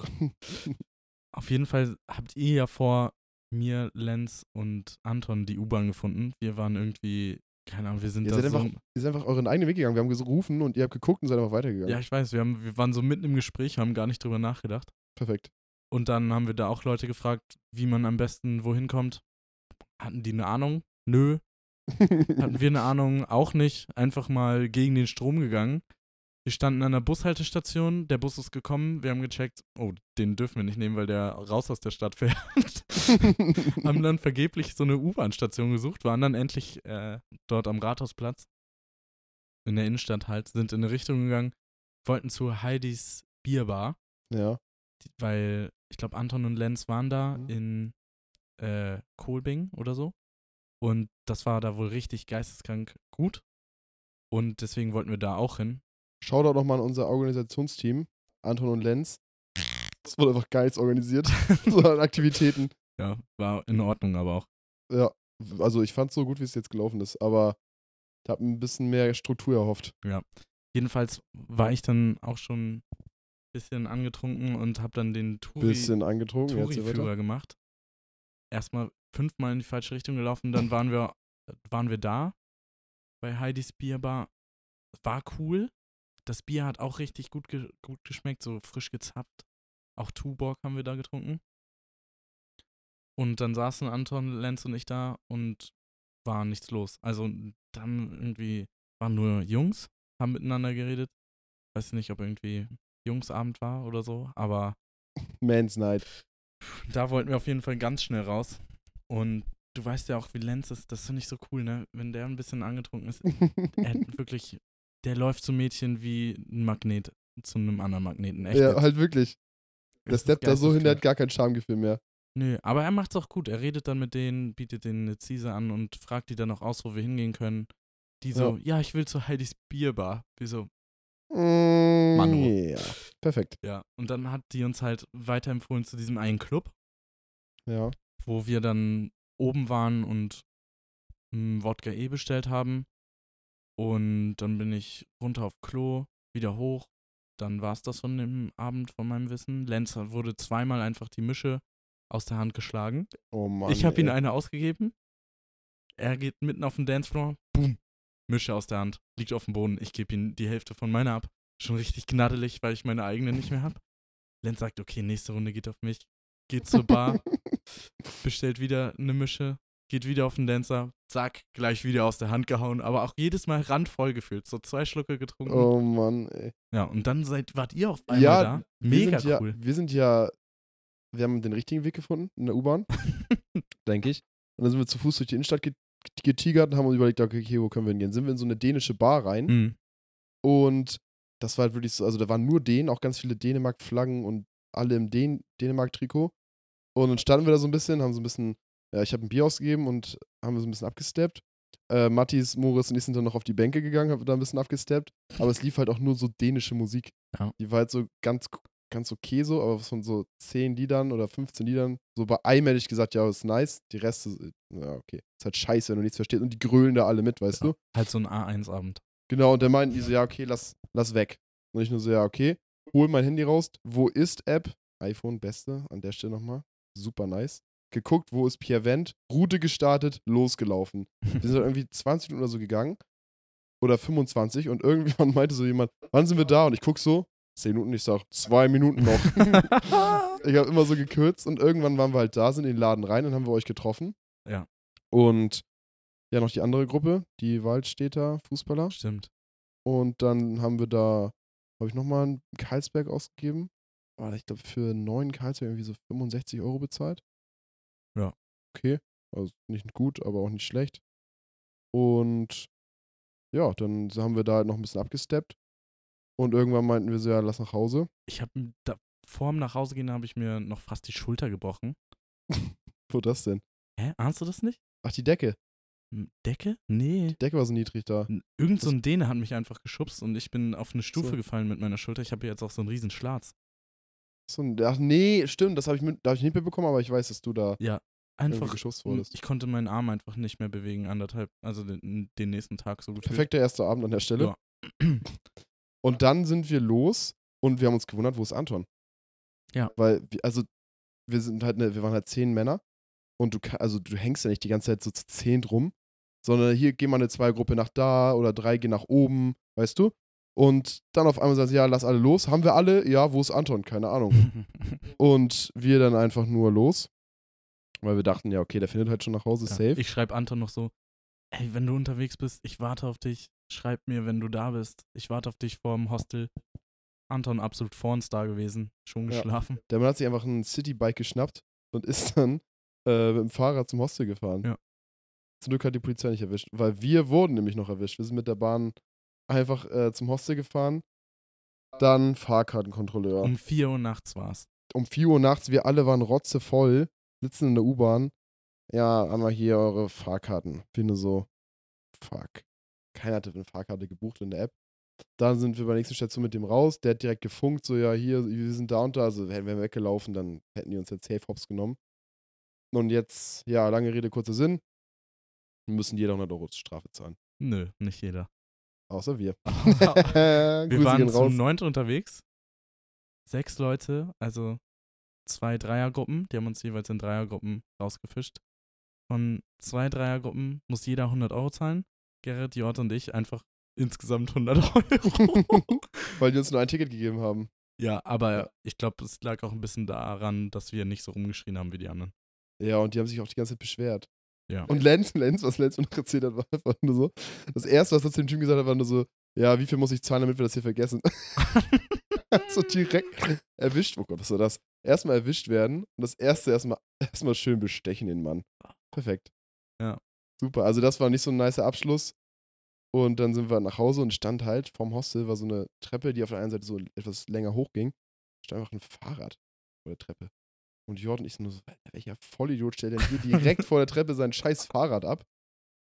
Auf jeden Fall habt ihr ja vor mir, Lenz und Anton die U-Bahn gefunden. Wir waren irgendwie, keine Ahnung, wir sind
Ihr
da
seid
so...
einfach Ihr seid einfach euren eigenen Weg gegangen. Wir haben gerufen und ihr habt geguckt und seid einfach weitergegangen.
Ja, ich weiß, wir, haben, wir waren so mitten im Gespräch, haben gar nicht drüber nachgedacht.
Perfekt.
Und dann haben wir da auch Leute gefragt, wie man am besten wohin kommt. Hatten die eine Ahnung? Nö. Hatten wir eine Ahnung? Auch nicht. Einfach mal gegen den Strom gegangen. Wir standen an einer Bushaltestation, der Bus ist gekommen, wir haben gecheckt, oh, den dürfen wir nicht nehmen, weil der raus aus der Stadt fährt. haben dann vergeblich so eine U-Bahn-Station gesucht, waren dann endlich äh, dort am Rathausplatz in der Innenstadt halt, sind in eine Richtung gegangen, wollten zu Heidis Bierbar,
ja.
die, weil ich glaube Anton und Lenz waren da
Mhm.
in äh, Kolbing oder so und das war da wohl richtig geisteskrank gut und deswegen wollten wir da auch hin.
Shoutout nochmal an unser Organisationsteam, Anton und Lenz. Das wurde einfach geil organisiert. so an Aktivitäten.
Ja, war in Ordnung aber auch.
Ja. Also ich fand es so gut, wie es jetzt gelaufen ist, aber ich habe ein bisschen mehr Struktur erhofft.
Jedenfalls war ich dann auch schon ein bisschen angetrunken und habe dann den Touri-
Bisschen angetrunken. jetzt hier weiter.
Touri-Führer gemacht. Erstmal fünfmal in die falsche Richtung gelaufen, dann waren wir, äh, waren wir da bei Heidis Bierbar. War cool. Das Bier hat auch richtig gut, ge gut geschmeckt, so frisch gezapft. Auch Tuborg haben wir da getrunken. Und dann saßen Anton, Lenz und ich da und war nichts los. Also dann irgendwie waren nur Jungs, haben miteinander geredet. Weiß nicht, ob irgendwie Jungsabend war oder so, aber
Man's Night.
da wollten wir auf jeden Fall ganz schnell raus. Und du weißt ja auch, wie Lenz ist, das finde ich so cool, ne? Wenn der ein bisschen angetrunken ist, er hat wirklich, der läuft zu Mädchen wie ein Magnet zu einem anderen Magneten. Echt.
ja,
jetzt.
halt wirklich. Der
Das ist
Step da so hin, der
geisteskrank.
hat gar kein Schamgefühl mehr.
Nö, aber er macht's auch gut. Er redet dann mit denen, bietet denen eine Ziese an und fragt die dann auch aus, wo wir hingehen können. Die so, ja, ich will zu Heidis Bierbar. Wir so,
Mm,
Manu.
Ja, perfekt.
ja. Und dann hat die uns halt weiterempfohlen zu diesem einen Club.
Ja.
wo wir dann oben waren und einen Wodka E bestellt haben. Und dann bin ich runter auf Klo, wieder hoch. Dann war es das von dem Abend, von meinem Wissen. Lenz wurde zweimal einfach die Mische aus der Hand geschlagen.
Oh Mann.
ich habe ihm
ey.
eine ausgegeben. Er geht mitten auf den Dancefloor. Boom. Mische aus der Hand. Liegt auf dem Boden. Ich gebe ihm die Hälfte von meiner ab. Schon richtig gnaddelig, weil ich meine eigene nicht mehr habe. Lenz sagt, okay, nächste Runde geht auf mich. Geht zur Bar bestellt wieder eine Mische, geht wieder auf den Dancer, zack, gleich wieder aus der Hand gehauen, aber auch jedes Mal randvoll gefühlt, so zwei Schlucke getrunken.
oh Mann, ey.
Ja, und dann seid, wart ihr auf einmal
Ja,
da.
Wir
Mega
sind ja,
cool.
Wir sind ja, wir haben den richtigen Weg gefunden in der U-Bahn, denke ich. Und dann sind wir zu Fuß durch die Innenstadt ge- getigert und haben uns überlegt, okay, okay, wo können wir hingehen? Sind wir in so eine dänische Bar rein
Mhm.
und das war halt wirklich so, also da waren nur Dänen, auch ganz viele Dänemark-Flaggen und alle im Dän Dänemark-Trikot. Und dann standen wir da so ein bisschen, haben so ein bisschen, ja, ich habe ein Bier ausgegeben und haben so ein bisschen abgesteppt. Äh, Mattis, Moritz und ich sind dann noch auf die Bänke gegangen, haben da ein bisschen abgesteppt. Aber es lief halt auch nur so dänische Musik.
Ja.
Die war halt so ganz, ganz okay so, aber von so 10 Liedern oder 15 Liedern, so bei einem hätte ich gesagt, ja, ist nice. Die Reste, äh, ja, okay. Ist halt scheiße, wenn du nichts verstehst. Und die grölen da alle mit, weißt
Ja.
du?
Halt so ein A1-Abend.
Genau, und der meinten die so, ja, okay, lass, lass weg. Und ich nur so, ja, okay, hol mein Handy raus. Wo ist App? iPhone, beste, an der Stelle nochmal. Super nice. Geguckt, wo ist Pierre Wendt? Route gestartet, losgelaufen. Wir sind dann irgendwie 20 Minuten oder so gegangen. Oder 25. Und irgendwann meinte so jemand, wann sind wir da? Und ich guck so, 10 Minuten. Ich sag, zwei Minuten noch. Ich habe immer so gekürzt und irgendwann waren wir halt da, sind in den Laden rein und haben wir euch getroffen.
Ja.
Und ja, noch die andere Gruppe, die Waldstädter Fußballer.
Stimmt.
Und dann haben wir da, habe ich nochmal einen Karlsberg ausgegeben. Aber ich glaube, für einen neuen Karlsberg irgendwie so 65 Euro bezahlt.
Ja.
Okay. Also nicht gut, aber auch nicht schlecht. Und ja, dann haben wir da halt noch ein bisschen abgesteppt. Und irgendwann meinten wir so, ja, lass nach Hause.
Ich habe da, vor dem Nachhausegehen habe ich mir noch fast die Schulter gebrochen.
Wo das denn?
Hä? Ahnst du das nicht?
Ach, die Decke.
M- Decke? Nee.
Die Decke war so niedrig da.
N- Irgend so ein Däne hat mich einfach geschubst und ich bin auf eine Stufe
So.
gefallen mit meiner Schulter. Ich habe jetzt auch so einen riesen Schlatz.
So ein, ach nee, stimmt, das habe ich, mit- da hab ich nicht mitbekommen, aber ich weiß, dass du da irgendwie
Einfach
geschubst
N-
wurdest.
Ich konnte meinen Arm einfach nicht mehr bewegen, anderthalb, also den, den nächsten Tag so gefühlt.
Perfekter erster Abend an der Stelle.
Ja.
Und dann sind wir los und wir haben uns gewundert, wo ist Anton?
Ja.
Weil, wir- also, wir sind halt, ne, wir waren halt zehn Männer und du, ka- also, du hängst ja nicht die ganze Zeit so zu zehn drum, sondern hier geh mal eine Zweiergruppe nach da oder drei geh nach oben, weißt du? Und dann auf einmal sagst du, ja, lass alle los. Haben wir alle? Ja, wo ist Anton? Keine Ahnung. Und wir dann einfach nur los, weil wir dachten, ja, okay, der findet halt schon nach Hause,
Ja.
safe.
Ich schreibe Anton noch so, ey, wenn du unterwegs bist, ich warte auf dich. Schreib mir, wenn du da bist. Ich warte auf dich vorm Hostel. Anton absolut vor uns da gewesen, schon
Ja.
geschlafen.
Der Mann hat sich einfach ein Citybike geschnappt und ist dann äh, mit dem Fahrrad zum Hostel gefahren.
Ja.
Zum Glück hat die Polizei nicht erwischt, weil wir wurden nämlich noch erwischt. Wir sind mit der Bahn einfach äh, zum Hostel gefahren. Dann Fahrkartenkontrolleur.
Um 4 Uhr nachts war's.
Um 4 Uhr nachts, wir alle waren rotzevoll, sitzen in der U-Bahn. Ja, einmal hier eure Fahrkarten. Ich bin nur so, fuck. Keiner hatte eine Fahrkarte gebucht in der App. Dann sind wir bei der nächsten Station mit dem raus. Der hat direkt gefunkt, so, ja, hier, wir sind da und da. Also, wären wir weggelaufen, dann hätten die uns jetzt Safe Hops genommen. Und jetzt, ja, lange Rede, kurzer Sinn. Wir müssen jeder 100 Euro Strafe zahlen.
Nö, nicht jeder.
Außer wir.
Wir waren zu neunt unterwegs. Sechs Leute, also zwei Dreiergruppen. Die haben uns jeweils in Dreiergruppen rausgefischt. Von zwei Dreiergruppen muss jeder 100 Euro zahlen. Gerrit, Jort und ich einfach insgesamt 100 Euro.
Weil die uns nur ein Ticket gegeben haben.
ja, aber ich glaube, es lag auch ein bisschen daran, dass wir nicht so rumgeschrien haben wie die anderen.
Ja, und die haben sich auch die ganze Zeit beschwert.
Ja.
Und Lenz, Lenz, was Lenz mir noch erzählt hat, war einfach nur so. Das erste, was er zu dem Typen gesagt hat, war nur so, ja, wie viel muss ich zahlen, damit wir das hier vergessen? so direkt erwischt. Oh Gott, was war das? Erstmal erwischt werden und das erste erstmal erstmal schön bestechen den Mann. Perfekt.
Ja.
Super. Also das war nicht so ein nicer Abschluss. Und dann sind wir nach Hause und stand halt vorm Hostel war so eine Treppe, die auf der einen Seite so etwas länger hochging. Stand einfach ein Fahrrad vor der Treppe. Und Jordan und ich sind nur so, Alter, welcher Vollidiot stellt denn hier direkt vor der Treppe sein scheiß Fahrrad ab?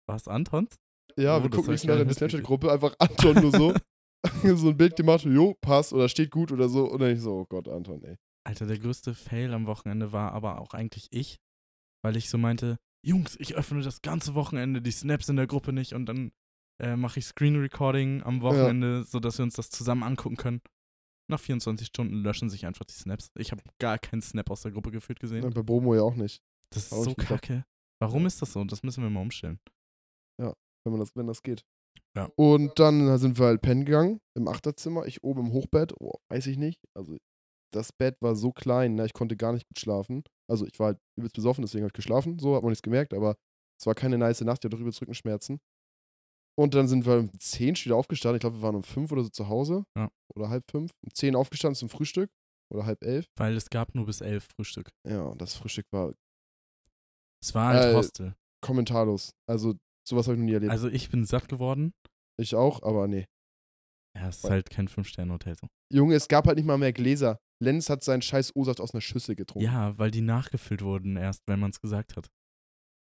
Was, Antons?
Ja,
Oh,
wir
das
gucken
hab
nicht
ich
nach
gar
in der
nicht
Snapchat-Gruppe, einfach Anton nur so, so ein Bild gemacht, jo, passt oder steht gut oder so. Und dann ich so, oh Gott, Anton, ey.
Alter, der größte Fail am Wochenende war aber auch eigentlich ich, weil ich so meinte, Jungs, ich öffne das ganze Wochenende die Snaps in der Gruppe nicht und dann äh, mache ich Screen Recording am Wochenende, sodass wir uns das zusammen angucken können. Nach 24 Stunden löschen sich einfach die Snaps. Ich habe gar keinen Snap aus der Gruppe geführt
Ja,
gesehen.
bei Bromo ja auch nicht.
Das ist
hab ich
so
gedacht.
kacke. Warum ist das so? Das müssen wir mal umstellen.
wenn man das, wenn das geht.
Ja.
Und dann sind wir halt pennen gegangen im Achterzimmer, ich oben im Hochbett, oh, weiß ich nicht. Also das Bett war so klein, ne, ich konnte gar nicht gut schlafen. Also ich war halt übelst besoffen, deswegen habe ich geschlafen, so hat man nichts gemerkt, aber es war keine nice Nacht, ich hatte übelst Rückenschmerzen. Und dann sind wir um 10 schon wieder aufgestanden, ich glaube, wir waren um 5 oder so zu Hause
Ja.
oder halb 5. Um 10 aufgestanden zum Frühstück oder halb 11.
Weil es gab nur bis elf Frühstück.
Ja, und das Frühstück war
Es war halt
Äh,
Hostel.
kommentarlos. Also sowas habe ich noch nie erlebt.
Also ich bin satt geworden.
ich auch, aber nee.
Ja, es ist
Weil-
halt kein Fünf-Sterne-Hotel so.
Junge, es gab halt nicht mal mehr Gläser. Lenz hat seinen scheiß O-Saft aus einer Schüssel getrunken.
Ja, weil die nachgefüllt wurden erst, wenn man es gesagt hat.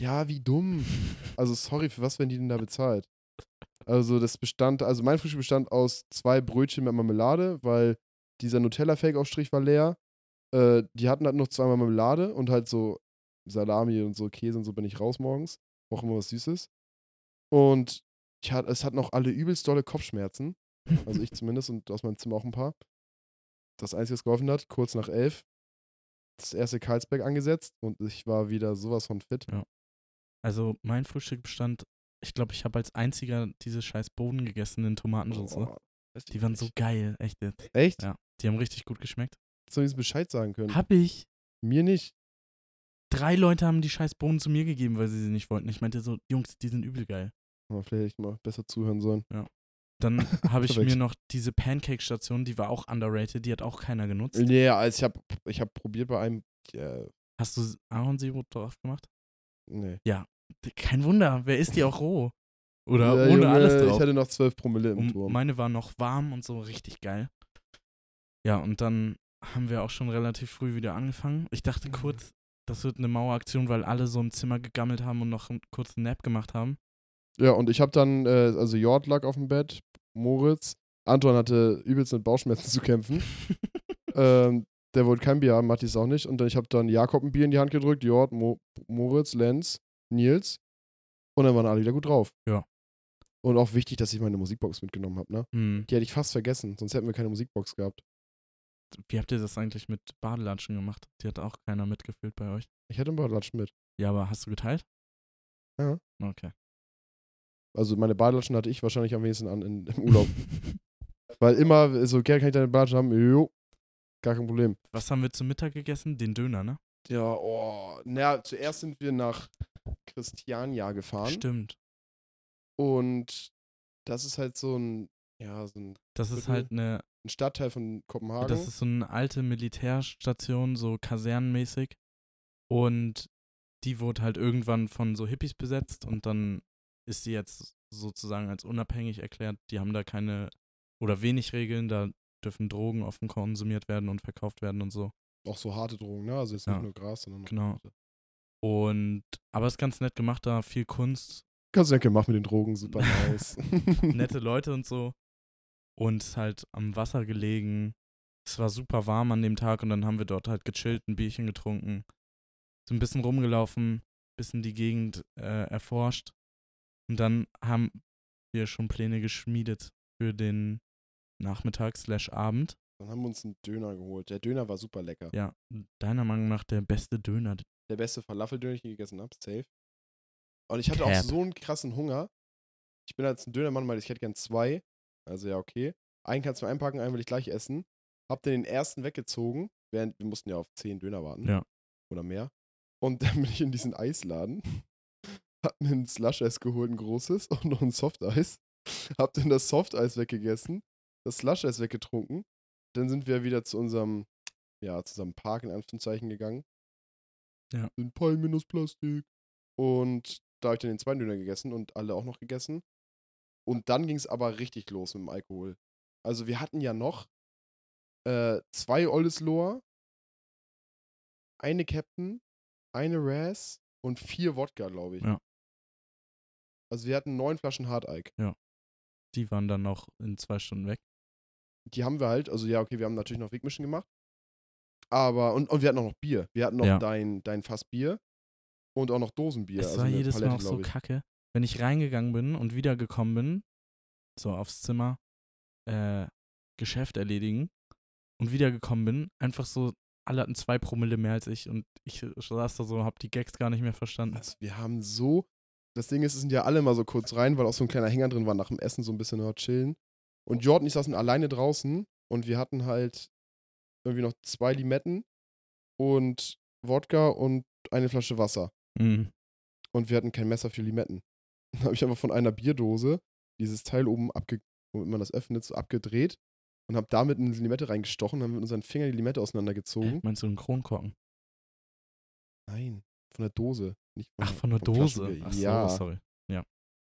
Ja, wie dumm. Also sorry, für was werden die denn da bezahlt? Also das bestand, also mein Frühstück bestand aus zwei Brötchen mit Marmelade, weil dieser Nutella-Fake-Aufstrich war leer. Äh, die hatten halt noch zweimal Marmelade und halt so Salami und so Käse und so bin ich raus morgens. Brauche immer was Süßes. Und ich hat, es hatten auch alle übelst dolle Kopfschmerzen. Also ich zumindest und aus meinem Zimmer auch ein paar. Das Einzige, was geholfen hat, kurz nach elf, das erste Karlsberg angesetzt und ich war wieder sowas von fit.
Also mein Frühstück bestand, ich glaube, ich habe als einziger diese scheiß Boden gegessen in Tomatensauce.
Oh, weiß
die
ich
waren so
nicht.
geil, echt jetzt.
Echt?
Ja, die haben richtig gut geschmeckt.
Hättest du uns Bescheid sagen können?
Hab ich.
Mir nicht.
Drei Leute haben die scheiß Bohnen zu mir gegeben, weil sie sie nicht wollten. Ich meinte so, Jungs, die sind übel geil.
Aber Oh, vielleicht hätte ich mal besser zuhören sollen.
Dann habe ich
Verwechselt.
mir noch diese Pancake-Station, die war auch underrated, die hat auch keiner genutzt.
Nee, also ich habe ich hab probiert bei einem. Äh,
Hast du Ahornsirup drauf gemacht?
nee.
Kein Wunder, wer isst die auch roh? Oder
Ja,
ohne
Junge,
alles drauf.
Ich hatte noch 12 Promille im
Und
Turm.
Um meine war noch warm und so richtig geil. Ja, und dann haben wir auch schon relativ früh wieder angefangen. Ich dachte
Mhm.
kurz, das wird eine Maueraktion, weil alle so im Zimmer gegammelt haben und noch einen kurzen Nap gemacht haben.
Ja, und ich habe dann, äh, also Jord lag auf dem Bett, Moritz. Anton hatte übelst mit Bauchschmerzen zu kämpfen. ähm, der wollte kein Bier haben, Matthias auch nicht. Und dann, ich habe dann Jakob ein Bier in die Hand gedrückt, Jord, Mo Moritz, Lenz, Nils. Und dann waren alle wieder gut drauf.
Ja.
Und auch wichtig, dass ich meine Musikbox mitgenommen habe, ne?
Hm.
Die hätte ich fast vergessen, sonst hätten wir keine Musikbox gehabt.
Wie habt ihr das eigentlich mit Badelatschen gemacht? Die hat auch keiner mitgefühlt bei euch.
Ich hätte einen Badelatschen mit.
Ja, aber hast du geteilt?
Ja.
Okay.
Also meine Badelatschen hatte ich wahrscheinlich am wenigsten an in, im Urlaub. Weil immer so, Gerrit, kann ich deine Badelatschen haben? Jo, gar kein Problem.
Was haben wir zum Mittag gegessen? Den Döner, ne?
Ja, oh. Naja, zuerst sind wir nach Christiania gefahren.
Stimmt.
Und das ist halt so ein, ja, so ein,
Das ist
Viertel.
halt eine,
ein Stadtteil von Kopenhagen.
Das ist so eine alte Militärstation, so kasernenmäßig. Und die wurde halt irgendwann von so Hippies besetzt und dann ist sie jetzt sozusagen als unabhängig erklärt. Die haben da keine oder wenig Regeln, da dürfen Drogen offen konsumiert werden und verkauft werden und so.
auch so harte Drogen, ne? Also jetzt
Ja.
nicht nur Gras, sondern auch
Genau.
harte.
Und aber ist ganz nett gemacht da, viel Kunst,
Kannst du denken, mach mit den Drogen, super nice.
nette Leute und so. Und ist halt am Wasser gelegen. Es war super warm an dem Tag und dann haben wir dort halt gechillt, ein Bierchen getrunken, so ein bisschen rumgelaufen, bisschen die Gegend äh, erforscht. Und dann haben hier schon Pläne geschmiedet für den Nachmittag slash Abend.
Dann haben wir uns einen Döner geholt. Der Döner war super lecker.
Ja, deiner Meinung nach der beste Döner.
Der beste Falafeldöner, den ich je gegessen habe, safe. Und ich hatte auch
Cap.
so einen krassen Hunger. Ich bin als ein Dönermann, weil ich hätte gern zwei. Also ja, okay. Einen kannst du mir einpacken, einen will ich gleich essen. Hab dann den ersten weggezogen, während wir mussten ja auf zehn Döner warten.
Ja.
Oder mehr. Und dann bin ich in diesen Eisladen, hab mir ein Slush-Eis geholt, ein großes, und noch ein Softeis. Hab dann das Softeis weggegessen, das Slush-Eis weggetrunken. Dann sind wir wieder zu unserem, ja, zu unserem Park in Anführungszeichen gegangen.
Ja.
Sind Palmen minus Plastik. Und da habe ich dann den zweiten Döner gegessen und alle auch noch gegessen. Und dann ging es aber richtig los mit dem Alkohol. Also wir hatten ja noch äh, zwei Oldesloher, eine Captain, eine Raz und vier Wodka, glaube ich.
Ja.
Also wir hatten neun Flaschen Hard Ike.
Die waren dann noch in zwei Stunden weg.
die haben wir halt, also ja, okay, wir haben natürlich noch Wegmischen gemacht. Aber, und, und wir hatten auch noch Bier. Wir hatten noch
Ja.
dein, dein Fass Bier und auch noch Dosenbier.
es
also
war
eine
jedes Mal
Palette,
auch so
glaub ich.
kacke. Wenn ich reingegangen bin und wiedergekommen bin, so aufs Zimmer, äh, Geschäft erledigen und wiedergekommen bin, einfach so, alle hatten zwei Promille mehr als ich und ich saß da so, hab die Gags gar nicht mehr verstanden.
Also wir haben so, das Ding ist, es sind ja alle mal so kurz rein, weil auch so ein kleiner Hänger drin war, nach dem Essen so ein bisschen nur chillen. Und Jordan und ich saßen alleine draußen und wir hatten halt irgendwie noch zwei Limetten und Wodka und eine Flasche Wasser.
Mhm.
und wir hatten kein Messer für Limetten. Dann habe ich einfach von einer Bierdose dieses Teil oben abge, womit man das öffnet, so abgedreht und habe damit eine Limette reingestochen und haben mit unseren Fingern die Limette
Äh,
auseinandergezogen.
meinst du einen Kronkorken?
Nein, von der Dose. Nicht von,
Ach, von der
vom
Dose.
Flaschenbier.
Ach so,
ja.
sorry.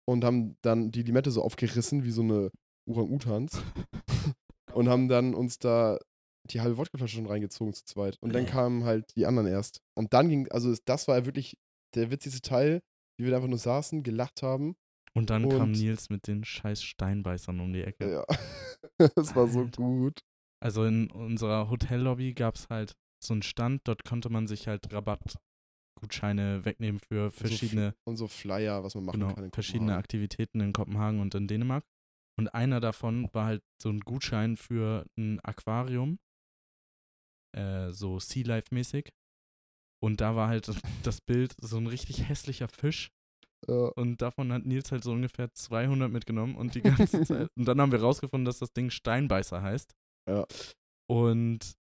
und haben dann die Limette so aufgerissen wie so eine Orang-Utans und haben dann uns da die halbe Wodkaflasche schon reingezogen zu zweit. Und dann
Bäh.
kamen halt die anderen erst. Und dann ging, also es- das war wirklich der witzigste Teil, wie wir da einfach nur saßen, gelacht haben
Und dann kam
Und-
Nils mit den scheiß Steinbeißern um die Ecke.
Ja. das war so
Alter.
gut.
Also in unserer Hotellobby gab es halt so einen Stand, dort konnte man sich halt Rabattgutscheine wegnehmen für
viel
verschiedene,
Und so Flyer, was man machen
genau,
kann. in
verschiedene
Kopenhagen.
Aktivitäten in Kopenhagen und in Dänemark. Und einer davon war halt so ein Gutschein für ein Aquarium, äh, so Sea Life mäßig. Und da war halt das Bild so ein richtig hässlicher Fisch
Ja.
und davon hat Nils halt so ungefähr 200 mitgenommen und die ganze Zeit. Und dann haben wir rausgefunden, dass das Ding Steinbeißer heißt.
Ja.
Und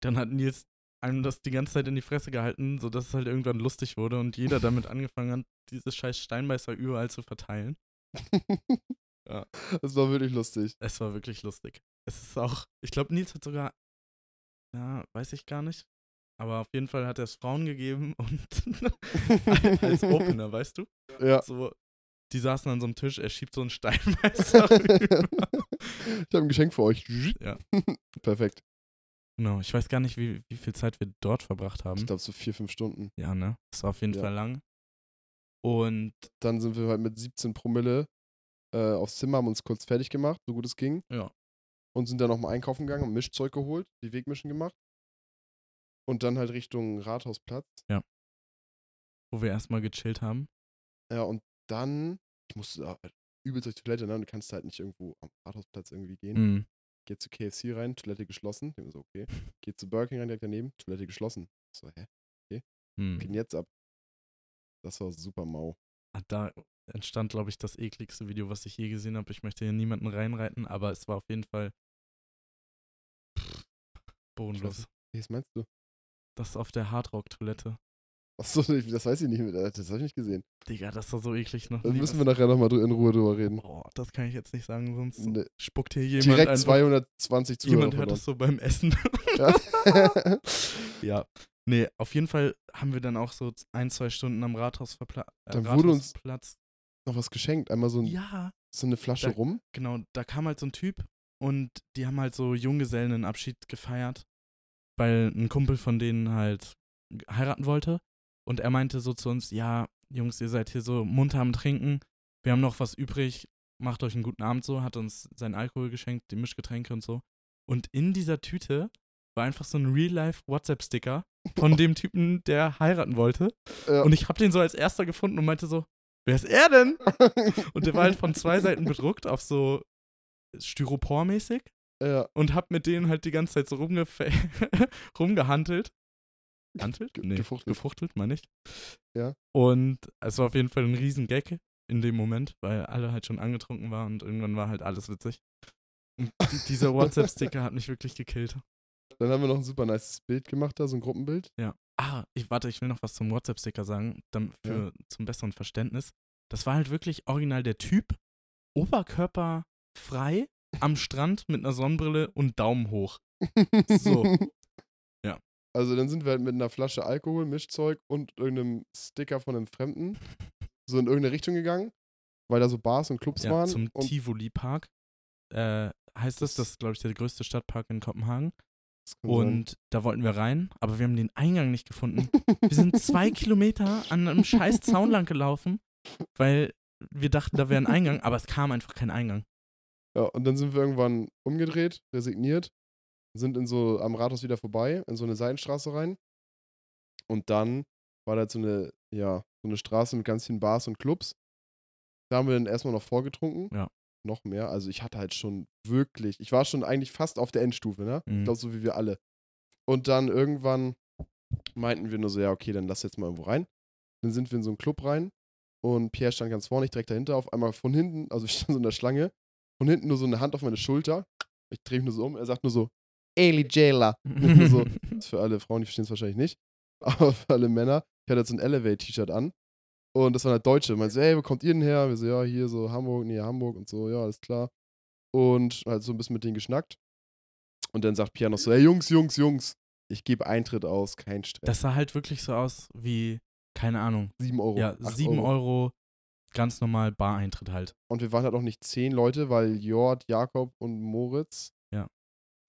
dann hat Nils einem das die ganze Zeit in die Fresse gehalten, sodass es halt irgendwann lustig wurde und jeder damit angefangen hat, dieses scheiß Steinbeißer überall zu verteilen. Ja.
Das war wirklich lustig.
Es war wirklich lustig. Es ist auch, ich glaube, Nils hat sogar, ja, weiß ich gar nicht, aber auf jeden Fall hat er es Frauen gegeben und als Opener, weißt du?
Ja.
so, die saßen an so einem Tisch, er schiebt so einen Steinmeister rüber.
ich habe ein Geschenk für euch.
Ja.
Perfekt.
Genau, ich weiß gar nicht, wie, wie viel Zeit wir dort verbracht
Ich
haben.
glaube, so vier, fünf Stunden.
Ja, ne? Das war auf jeden
Ja.
Fall lang. Und
Dann sind wir halt mit 17 Promille äh, aufs Zimmer, haben uns kurz fertig gemacht, so gut es ging.
Ja.
Und sind dann nochmal einkaufen gegangen, haben Mischzeug geholt, die Wegmischen gemacht. Und dann halt Richtung Rathausplatz.
wo wir erstmal gechillt haben.
Ja, und dann, ich musste da halt übelst durch die Toilette, ne? Du kannst halt nicht irgendwo am Rathausplatz irgendwie gehen.
Mhm.
Geht zu KFC rein, Toilette geschlossen. Ich denk mir so, okay. Geht zu Burger King rein, direkt daneben, Toilette geschlossen. Ich So, hä?
Mhm.
Was geht denn jetzt ab? Das war super mau.
Ah, Da entstand, glaube ich, das ekligste Video, was ich je gesehen habe. Ich möchte hier niemanden reinreiten, aber es war auf jeden Fall pff, bodenlos.
Hey, was meinst du?
Das auf der Hardrock-Toilette.
Achso, ich- das weiß ich nicht mehr. Das habe ich nicht gesehen.
Digga, das war so eklig noch.
Da
nie
Äh, müssen wir
was-
nachher nochmal in Ruhe drüber reden.
Boah, das kann ich jetzt nicht sagen, sonst
Ne,
spuckt hier jemand
direkt
einfach
220 Zuhörer.
Jemand
von
hört
uns.
das so beim Essen.
Ja.
ja. Nee, auf jeden Fall haben wir dann auch so z- ein, zwei Stunden am Rathaus verpla äh,
Dann wurde uns-
Rathausplatz.
Noch was geschenkt. Einmal so, ein,
Ja,
so eine Flasche
Da-
rum.
genau. Da kam halt so ein Typ und die haben halt so Junggesellenabschied gefeiert, weil ein Kumpel von denen halt heiraten wollte. Und er meinte so zu uns: Ja, Jungs, ihr seid hier so munter am Trinken. Wir haben noch was übrig. Macht euch einen guten Abend so. Hat uns seinen Alkohol geschenkt, die Mischgetränke und so. Und in dieser Tüte war einfach so ein Real-Life-WhatsApp-Sticker von dem Typen, der heiraten wollte.
Ja.
Und ich habe den so als erster gefunden und meinte so, wer ist er denn? Und der war halt von zwei Seiten bedruckt auf so Styropor-mäßig
ja,
und hab mit denen halt die ganze Zeit so rumgefe rumgehantelt. Handelt?
Ge-
Nee, gefuchtelt,
gefuchtelt.
meine ich.
Ja.
Und es war auf jeden Fall ein Riesengag in dem Moment, weil alle halt schon angetrunken waren und irgendwann war halt alles witzig. Und die- dieser WhatsApp-Sticker hat mich wirklich gekillt.
dann haben wir noch ein super nices Bild gemacht da, so ein Gruppenbild.
Ah, ich, warte, ich will noch was zum WhatsApp-Sticker sagen, dann für, zum besseren Verständnis. Das war halt wirklich original der Typ, oberkörperfrei, am Strand mit einer Sonnenbrille und Daumen hoch. So. Ja.
Also dann sind wir halt mit einer Flasche Alkohol, Mischzeug und irgendeinem Sticker von einem Fremden so in irgendeine Richtung gegangen, weil da so Bars und Clubs
Ja,
waren.
zum
und
Tivoli-Park. Äh, heißt das,
Das-
das ist, glaube ich, der größte Stadtpark in Kopenhagen.
Das kann sein.
Und da wollten wir rein, aber wir haben den Eingang nicht gefunden. Wir sind zwei Kilometer an einem scheiß Zaun lang gelaufen, weil wir dachten, da wäre ein Eingang, aber es kam einfach kein Eingang.
Ja, und dann sind wir irgendwann umgedreht, resigniert, sind in so am Rathaus wieder vorbei, in so eine Seitenstraße rein. Und dann war da jetzt so eine, ja, so eine Straße mit ganz vielen Bars und Clubs. Da haben wir dann erstmal noch vorgetrunken.
Ja.
Noch mehr. Also ich hatte halt schon wirklich, ich war schon eigentlich fast auf der Endstufe, ne?
Mhm.
Ich glaube, so wie wir alle. Und dann irgendwann meinten wir nur so, ja, okay, dann lass jetzt mal irgendwo rein. Dann sind wir in so einen Club rein und Pierre stand ganz vorne, ich direkt dahinter, auf einmal von hinten, also ich stand so in der Schlange, von hinten nur so eine Hand auf meine Schulter. Ich drehe mich nur so um, er sagt nur so, Eli Jailer. so, das ist für alle Frauen, die verstehen es wahrscheinlich nicht, aber für alle Männer. Ich hatte jetzt so ein Elevate-T-Shirt an und das war eine Deutsche. Meinte so, hey, wo kommt ihr denn her? Wir so, ja, hier so Hamburg, nee, Hamburg und so, ja, alles klar. Und halt so ein bisschen mit denen geschnackt. Und dann sagt Pierre noch so, hey, Jungs, Jungs, Jungs, ich gebe Eintritt aus, kein Stress.
Das sah halt wirklich so aus wie, keine Ahnung,
7 Euro.
ja,
Oh, acht
7 Euro. ganz normal Bareintritt halt.
Und wir waren halt auch nicht zehn Leute, weil Jord, Jakob und Moritz,
Ja.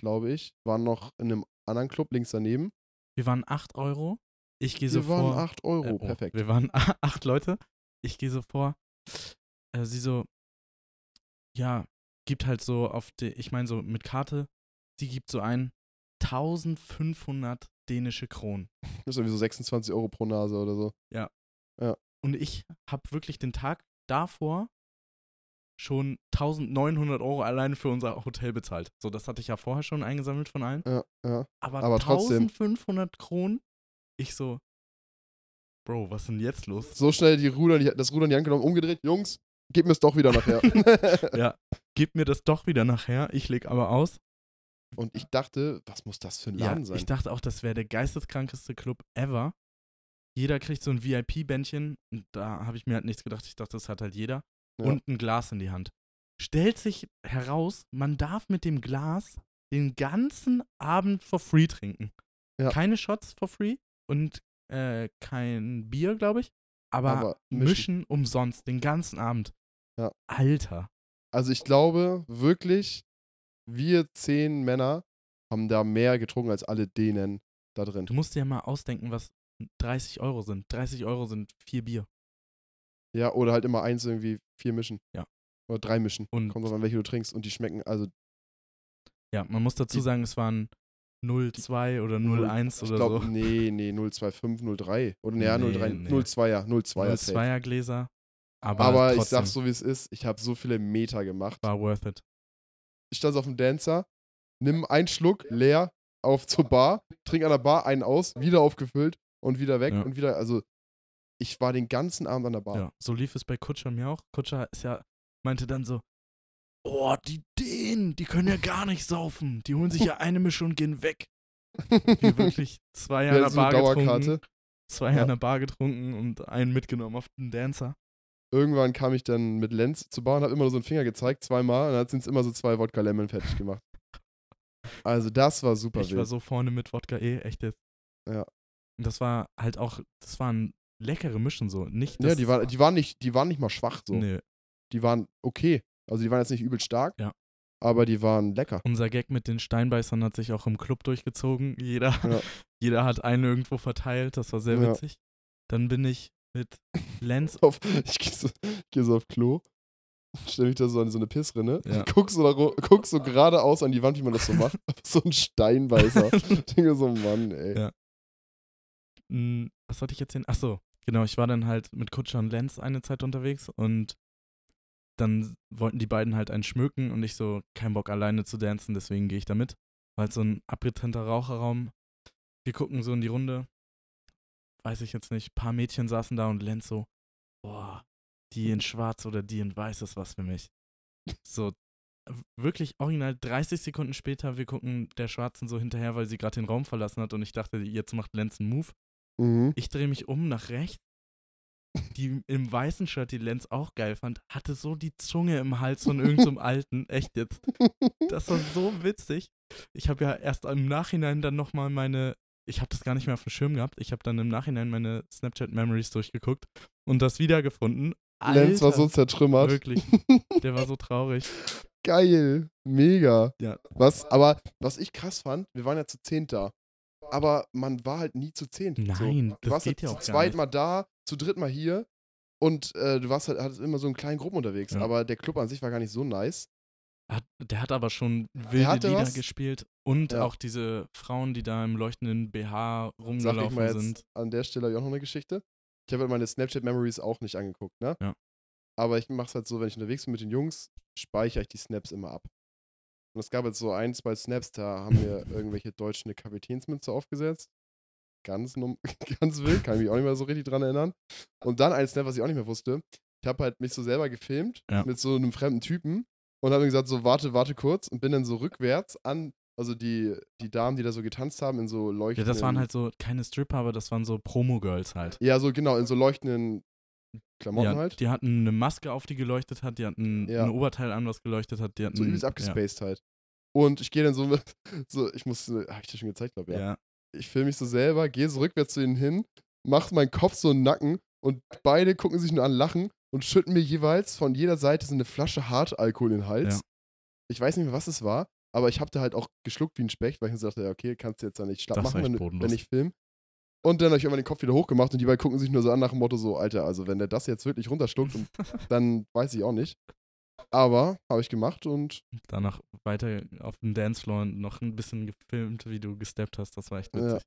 glaube ich, waren noch in einem anderen Club links daneben.
Wir waren 8 Euro. Ich gehe
Wir
so
waren
vor.
8 Euro,
Äh, oh,
perfekt.
Wir waren a- acht Leute. Ich gehe so vor. Äh, sie so, ja, gibt halt so auf die, ich meine so mit Karte, sie gibt so ein 1500 dänische Kronen.
Das ist irgendwie so 26 Euro pro Nase oder so.
Und ich habe wirklich den Tag davor schon 1900 Euro alleine für unser Hotel bezahlt. So, das hatte ich ja vorher schon eingesammelt von allen.
Ja, ja.
Aber,
Aber trotzdem.
1500 Kronen, ich so, Bro, was ist denn jetzt los?
So schnell die Ruder, in die- das Ruder in die Hand genommen, umgedreht. Jungs, gib mir es doch wieder nachher.
Gib mir das doch wieder nachher, ich leg aber aus.
und ich dachte, was muss das für ein Laden sein?
Ich dachte auch, das wäre der geisteskrankeste Club ever. Jeder kriegt so ein VIP-Bändchen. Und Da habe ich mir halt nichts gedacht. Ich dachte, das hat halt jeder.
Ja.
Und ein Glas in die Hand. Stellt sich heraus, man darf mit dem Glas den ganzen Abend for free trinken.
Ja.
Keine Shots for free und äh, kein Bier, glaube ich. Aber,
Aber
mischen.
mischen.
umsonst den ganzen Abend.
Ja.
Alter.
Also ich glaube wirklich, wir zehn Männer haben da mehr getrunken als alle denen da drin.
Du musst dir ja mal ausdenken, was 30 Euro sind. 30 Euro sind vier Bier.
Ja, oder halt immer eins irgendwie vier mischen.
Ja.
Oder drei mischen.
Und-
Kommt drauf an, welche du trinkst. Und die schmecken, also
Ja, man muss dazu
Die-
sagen, es waren 02 oder 01
ich
oder so.
glaube, nee, nee, 025, 03. Oder nee, ja,
Nee,
03,
nee.
02er, 02er. safe.
02er Gläser. Aber,
Aber
trotzdem
ich sag so, wie es ist, ich habe so viele Meter gemacht.
war worth it.
Ich stand so auf dem Dancer, nimm einen Schluck leer auf zur Bar, trink an der Bar einen aus, wieder aufgefüllt und wieder weg
Ja.
und wieder, also ich war den ganzen Abend an der Bar.
Ja. So lief es bei Kutscher mir auch. Kutscher ist ja, meinte dann so, oh, die Dänen, die können ja gar nicht saufen. Die holen sich ja eine Mischung und gehen weg. Wir wirklich zwei an
Wir
der
hatten so eine
Bar
Dauerkarte.
getrunken. Zwei
Ja.
an der Bar getrunken und einen mitgenommen auf den Dancer.
Irgendwann kam ich dann mit Lenz zur Bar und habe immer nur so einen Finger gezeigt, zweimal, und dann sind es immer so zwei Wodka Lemon fertig gemacht. Also das war super
Ich
wild.
war so vorne mit Wodka eh, echt jetzt.
Ja.
Und das war halt auch, das waren leckere Mischen so. Nicht,
ja,
dass-
die, war, die, waren nicht, die waren nicht mal schwach so.
Nee,
Die waren okay. Also die waren jetzt nicht übel stark,
Ja.
aber die waren lecker.
Unser Gag mit den Steinbeißern hat sich auch im Club durchgezogen. Jeder,
Ja.
jeder hat einen irgendwo verteilt. Das war sehr
Ja.
witzig. Dann bin ich mit Lenz.
auf, ich gehe so, ich geh so auf Klo, stelle mich da so an so eine Pissrinne,
Ja.
guck so, da ru- guck so geradeaus an die Wand, wie man das so macht. so ein Steinbeißer. ich denke so, Mann, ey.
Ja. m, Was sollte ich jetzt hin? Achso, Genau, ich war dann halt mit Kutscher und Lenz eine Zeit unterwegs und dann wollten die beiden halt einen schmücken und ich so, kein Bock alleine zu dancen, deswegen gehe ich da mit. War halt so ein abgetrennter Raucherraum. Wir gucken so in die Runde. Weiß ich jetzt nicht, paar Mädchen saßen da und Lenz so, boah, die in schwarz oder die in weiß ist was für mich. So, wirklich original 30 Sekunden später, wir gucken der Schwarzen so hinterher, weil sie gerade den Raum verlassen hat und ich dachte, jetzt macht Lenz einen Move.
Mhm.
Ich drehe mich um nach rechts. Die im weißen Shirt, die Lenz auch geil fand, hatte so die Zunge im Hals von irgendeinem Alten. Echt jetzt. Das war so witzig. Ich habe ja erst im Nachhinein dann nochmal meine. Ich habe das gar nicht mehr auf dem Schirm gehabt. Ich habe dann im Nachhinein meine Snapchat-Memories durchgeguckt und das wiedergefunden.
Lenz war
Alter,
so zertrümmert.
Wirklich. Der war so traurig.
Geil. Mega.
Ja.
Was, aber was ich krass fand, wir waren ja zu zehn da. Aber man war halt nie zu zehn.
Nein,
so.
das
du warst
geht
halt
ja
zu
auch gar
zweit
nicht.
mal da, zu dritt mal hier. Und äh, du warst halt hattest immer so in kleinen Gruppen unterwegs.
Ja.
Aber der Club an sich war gar nicht so nice.
Hat, der hat aber schon wilde
hatte
Lieder
was.
gespielt und
Ja.
auch diese Frauen, die da im leuchtenden BH
Sag ich
rumgelaufen
mal jetzt
sind.
an der Stelle hab ich auch noch eine Geschichte. Ich habe halt meine Snapchat-Memories auch nicht angeguckt, ne?
Ja.
Aber ich mache es halt so, wenn ich unterwegs bin mit den Jungs, speichere ich die Snaps immer ab. Und es gab jetzt so ein, zwei Snaps, da haben wir irgendwelche Deutschen eine Kapitänsmütze aufgesetzt. Ganz, num- ganz wild, kann ich mich auch nicht mehr so richtig dran erinnern. Und dann ein Snap, was ich auch nicht mehr wusste. Ich habe halt mich so selber gefilmt
Ja.
mit so einem fremden Typen und habe gesagt, so warte, warte kurz und bin dann so rückwärts an, also die, die Damen, die da so getanzt haben, in so
Ja,
leuchtenden
das waren halt so keine Stripper, aber das waren so Promo-Girls halt.
ja, so genau, in so leuchtenden Klamotten
Ja,
halt.
Die hatten eine Maske auf, die geleuchtet hat, die hatten
Ja.
ein Oberteil an, was geleuchtet hat, die hatten.
So übelst abgespaced halt. Und ich gehe dann so mit, so, ich muss, hab ich dir schon gezeigt, glaube
Ja,
ich. Ja.
ja.
Ich filme mich so selber, gehe so rückwärts zu ihnen hin, mach meinen Kopf so in den Nacken und beide gucken sich nur an, lachen und schütten mir jeweils von jeder Seite so eine Flasche Hartalkohol in den Hals.
Ja.
Ich weiß nicht mehr, was es war, aber ich habe da halt auch geschluckt wie ein Specht, weil ich mir so dachte, ja, okay, kannst du jetzt da nicht schlapp
Das war
machen,
echt
wenn, du-
bodenlos.
wenn ich film. Und dann habe ich irgendwann den Kopf wieder hochgemacht und die beiden gucken sich nur so an nach dem Motto so, Alter, also wenn der das jetzt wirklich runterschluckt, und dann weiß ich auch nicht. Aber habe ich gemacht und
Danach weiter auf dem Dancefloor und noch ein bisschen gefilmt, wie du gesteppt hast. Das war echt
Ja.
witzig.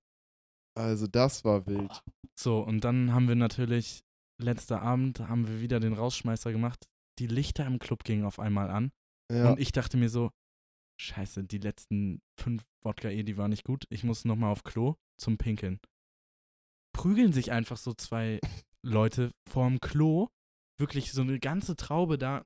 also das war wild.
So, und dann haben wir natürlich, letzter Abend haben wir wieder den Rausschmeißer gemacht. Die Lichter im Club gingen auf einmal an.
Ja,
Und ich dachte mir so, scheiße, die letzten fünf Wodka E, die waren nicht gut. Ich muss nochmal auf Klo zum Pinkeln. Prügeln sich einfach so zwei Leute vorm Klo. Wirklich so eine ganze Traube da.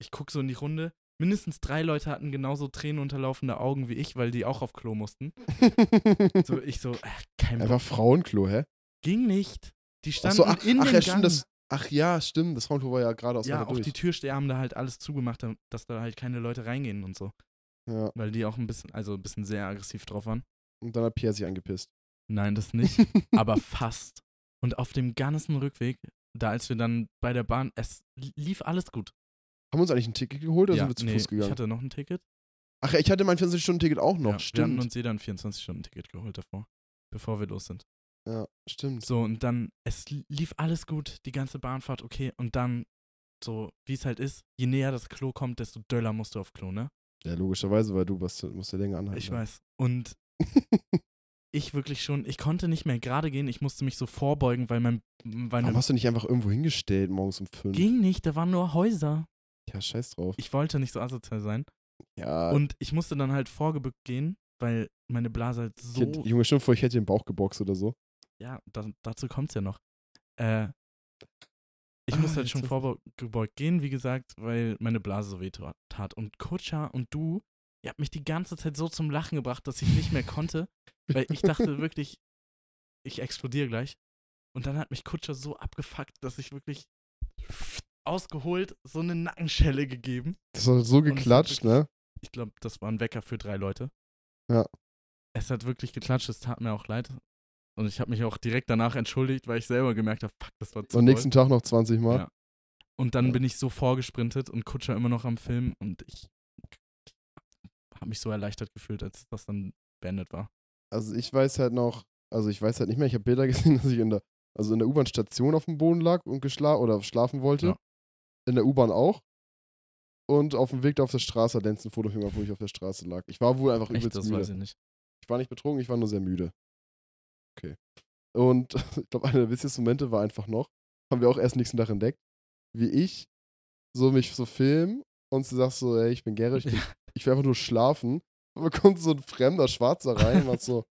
Ich gucke so in die Runde. Mindestens drei Leute hatten genauso tränenunterlaufende Augen wie ich, weil die auch auf Klo mussten. So, ich so, äh, kein Bock.
einfach Frauenklo, hä?
Ging nicht. Die
Ach
standen
so, ach,
in
ach
den
ja,
Gang.
stimmt, das, ach ja, stimmt, das Frauenklo war ja gerade aus
ja,
einer
auch die
durch.
Türsteher haben da halt alles zugemacht, dam- dass da halt keine Leute reingehen und so.
Ja,
Weil die auch ein bisschen, also ein bisschen sehr aggressiv drauf waren.
und dann hat Pierre sich angepisst.
Nein, das nicht, aber fast. Und auf dem ganzen Rückweg, da als wir dann bei der Bahn, es lief alles gut.
Haben wir uns eigentlich ein Ticket geholt oder sind wir zu Fuß
ich
gegangen?
hatte noch ein Ticket.
ach ja, ich hatte mein 24-Stunden-Ticket auch noch,
ja, Wir hatten
stimmt.
uns jeder ein 24-Stunden-Ticket geholt davor, bevor wir los sind.
ja, stimmt.
So, und dann, es lief alles gut, die ganze Bahnfahrt, okay. Und dann, so, wie es halt ist, je näher das Klo kommt, desto döller musst du auf Klo, ne?
Ja, logischerweise, weil du warst, musst ja länger anhalten. ne?
Ich weiß. Und ich wirklich schon, ich konnte nicht mehr gerade gehen, ich musste mich so vorbeugen, weil mein,
Warum
meine,
hast du nicht einfach irgendwo hingestellt morgens um 5?
ging nicht, da waren nur Häuser.
Ja, scheiß drauf.
Ich wollte nicht so asozial sein.
ja,
Und ich musste dann halt vorgebückt gehen, weil meine Blase halt
ich hätte,
so,
Junge, schon vor, ich hätte dir den Bauch geboxt oder so.
ja, da, dazu kommt's ja noch. Äh, ich musste
Ah,
halt
jetzt
schon
weiß
vorgebeugt gehen, wie gesagt, weil meine Blase so weh tu- tat. Und Kutscher und du, ihr habt mich die ganze Zeit so zum Lachen gebracht, dass ich nicht mehr konnte, weil ich dachte wirklich, ich explodiere gleich. Und dann hat mich Kutscher so abgefuckt, dass ich wirklich ausgeholt so eine Nackenschelle gegeben.
Das war so
es hat
geklatscht, ne?
ich glaube, das war ein Wecker für drei Leute.
Ja.
Es hat wirklich geklatscht, es tat mir auch leid. Und ich habe mich auch direkt danach entschuldigt, weil ich selber gemerkt habe, fuck, das war zu
Am
doll.
nächsten Tag noch 20 Mal.
Ja. Und dann
Ja.
bin ich so vorgesprintet und Kutscher immer noch am Film und ich habe mich so erleichtert gefühlt, als das dann beendet war.
Also ich weiß halt noch, also ich weiß halt nicht mehr, ich habe Bilder gesehen, dass ich in der, also in der U-Bahn-Station auf dem Boden lag und geschlafen oder schlafen wollte.
Ja.
In der U-Bahn auch. Und auf dem Weg da auf der Straße hat Lenz ein Foto gemacht, wo ich auf der Straße lag. Ich war wohl einfach
Echt,
übelst
das
müde.
weiß ich nicht.
Ich war nicht betrunken, ich war nur sehr müde. Und ich glaube, einer der witzigsten Momente war einfach noch, haben wir auch erst nächsten Tag entdeckt, wie ich so mich so film und du sagst so, ey, ich bin Gerrit, ich, bin, ich will einfach nur schlafen. Und dann kommt so ein fremder Schwarzer rein und macht so,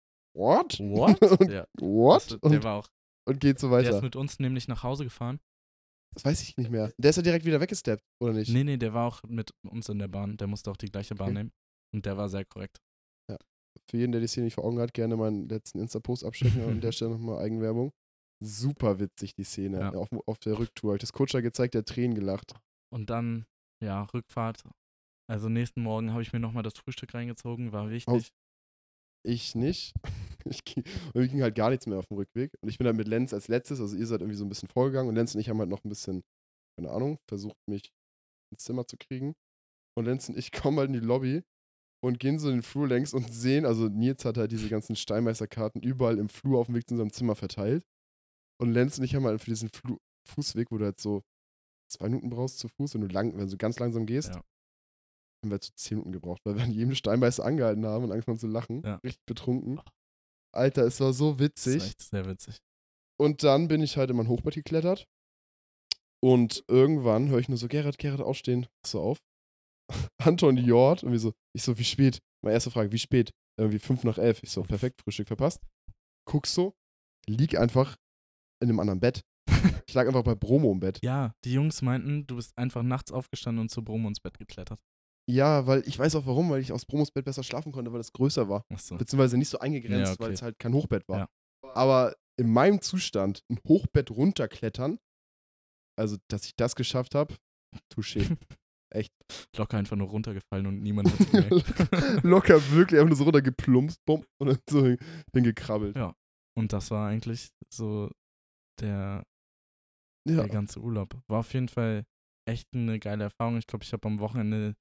what?
What?
Und-
Ja.
What?
Also, Der
Und,
war auch.
und geht so
Der ist
weiter.
mit uns nämlich nach Hause gefahren.
Das weiß ich nicht mehr. Der ist ja direkt wieder weggesteppt, oder nicht?
Nee, nee, der war auch mit uns in der Bahn. Der musste auch die gleiche Bahn
Okay.
nehmen. Und der war sehr korrekt.
Für jeden, der das hier nicht vor Augen hat, gerne meinen letzten Insta-Post abchecken. An der Stelle nochmal Eigenwerbung. Super witzig, die Szene.
Ja.
Auf, auf der Rücktour. Hab Ich das Kutscher gezeigt, der Tränen gelacht.
Und dann, ja, Rückfahrt. Also nächsten Morgen habe ich mir nochmal das Frühstück reingezogen, war wichtig.
Ich nicht. Ich ging, und mir ging halt gar nichts mehr auf dem Rückweg. Und ich bin dann mit Lenz als letztes, also ihr seid irgendwie so ein bisschen vorgegangen und Lenz und ich haben halt noch ein bisschen, keine Ahnung, versucht, mich ins Zimmer zu kriegen. Und Lenz und ich kommen halt in die Lobby und gehen so in den Flur längs und sehen, also Nils hat halt diese ganzen Steinmeisterkarten überall im Flur auf dem Weg zu unserem Zimmer verteilt. Und Lenz und ich haben halt für diesen Flu Fußweg, wo du halt so zwei Minuten brauchst zu Fuß, wenn du lang, wenn du ganz langsam gehst,
Ja.
haben wir zu so zehn Minuten gebraucht, weil wir an jedem Steinmeister angehalten haben und angefangen zu lachen.
Ja.
Richtig betrunken. Alter, es war so
Das war
witzig.
echt sehr witzig.
Und dann bin ich halt in mein Hochbett geklettert. Und irgendwann höre ich nur so, Gerrit, Gerrit, aufstehen. So auf. Anton Jord. Und so, ich so, wie spät? Meine erste Frage, wie spät? Irgendwie fünf nach elf. Ich so, perfekt, Frühstück verpasst. Guck so, lieg einfach in einem anderen Bett. Ich lag einfach bei Bromo im Bett.
Ja, die Jungs meinten, du bist einfach nachts aufgestanden und zu Bromo ins Bett geklettert.
Ja, weil ich weiß auch warum, weil ich aus Bromos Bett besser schlafen konnte, weil es größer war.
Achso.
beziehungsweise nicht so eingegrenzt,
Hm. Ja, okay.
weil es halt kein Hochbett war.
Ja.
Aber in meinem Zustand ein Hochbett runterklettern, also dass ich das geschafft habe, touché.
Locker einfach nur runtergefallen und niemand hat gemerkt.
Locker wirklich einfach nur so runtergeplumpst, bumm, und dann so hin- hingekrabbelt.
Ja. und das war eigentlich so der,
Ja,
der ganze Urlaub. War auf jeden Fall echt eine geile Erfahrung. Ich glaube, ich habe am Wochenende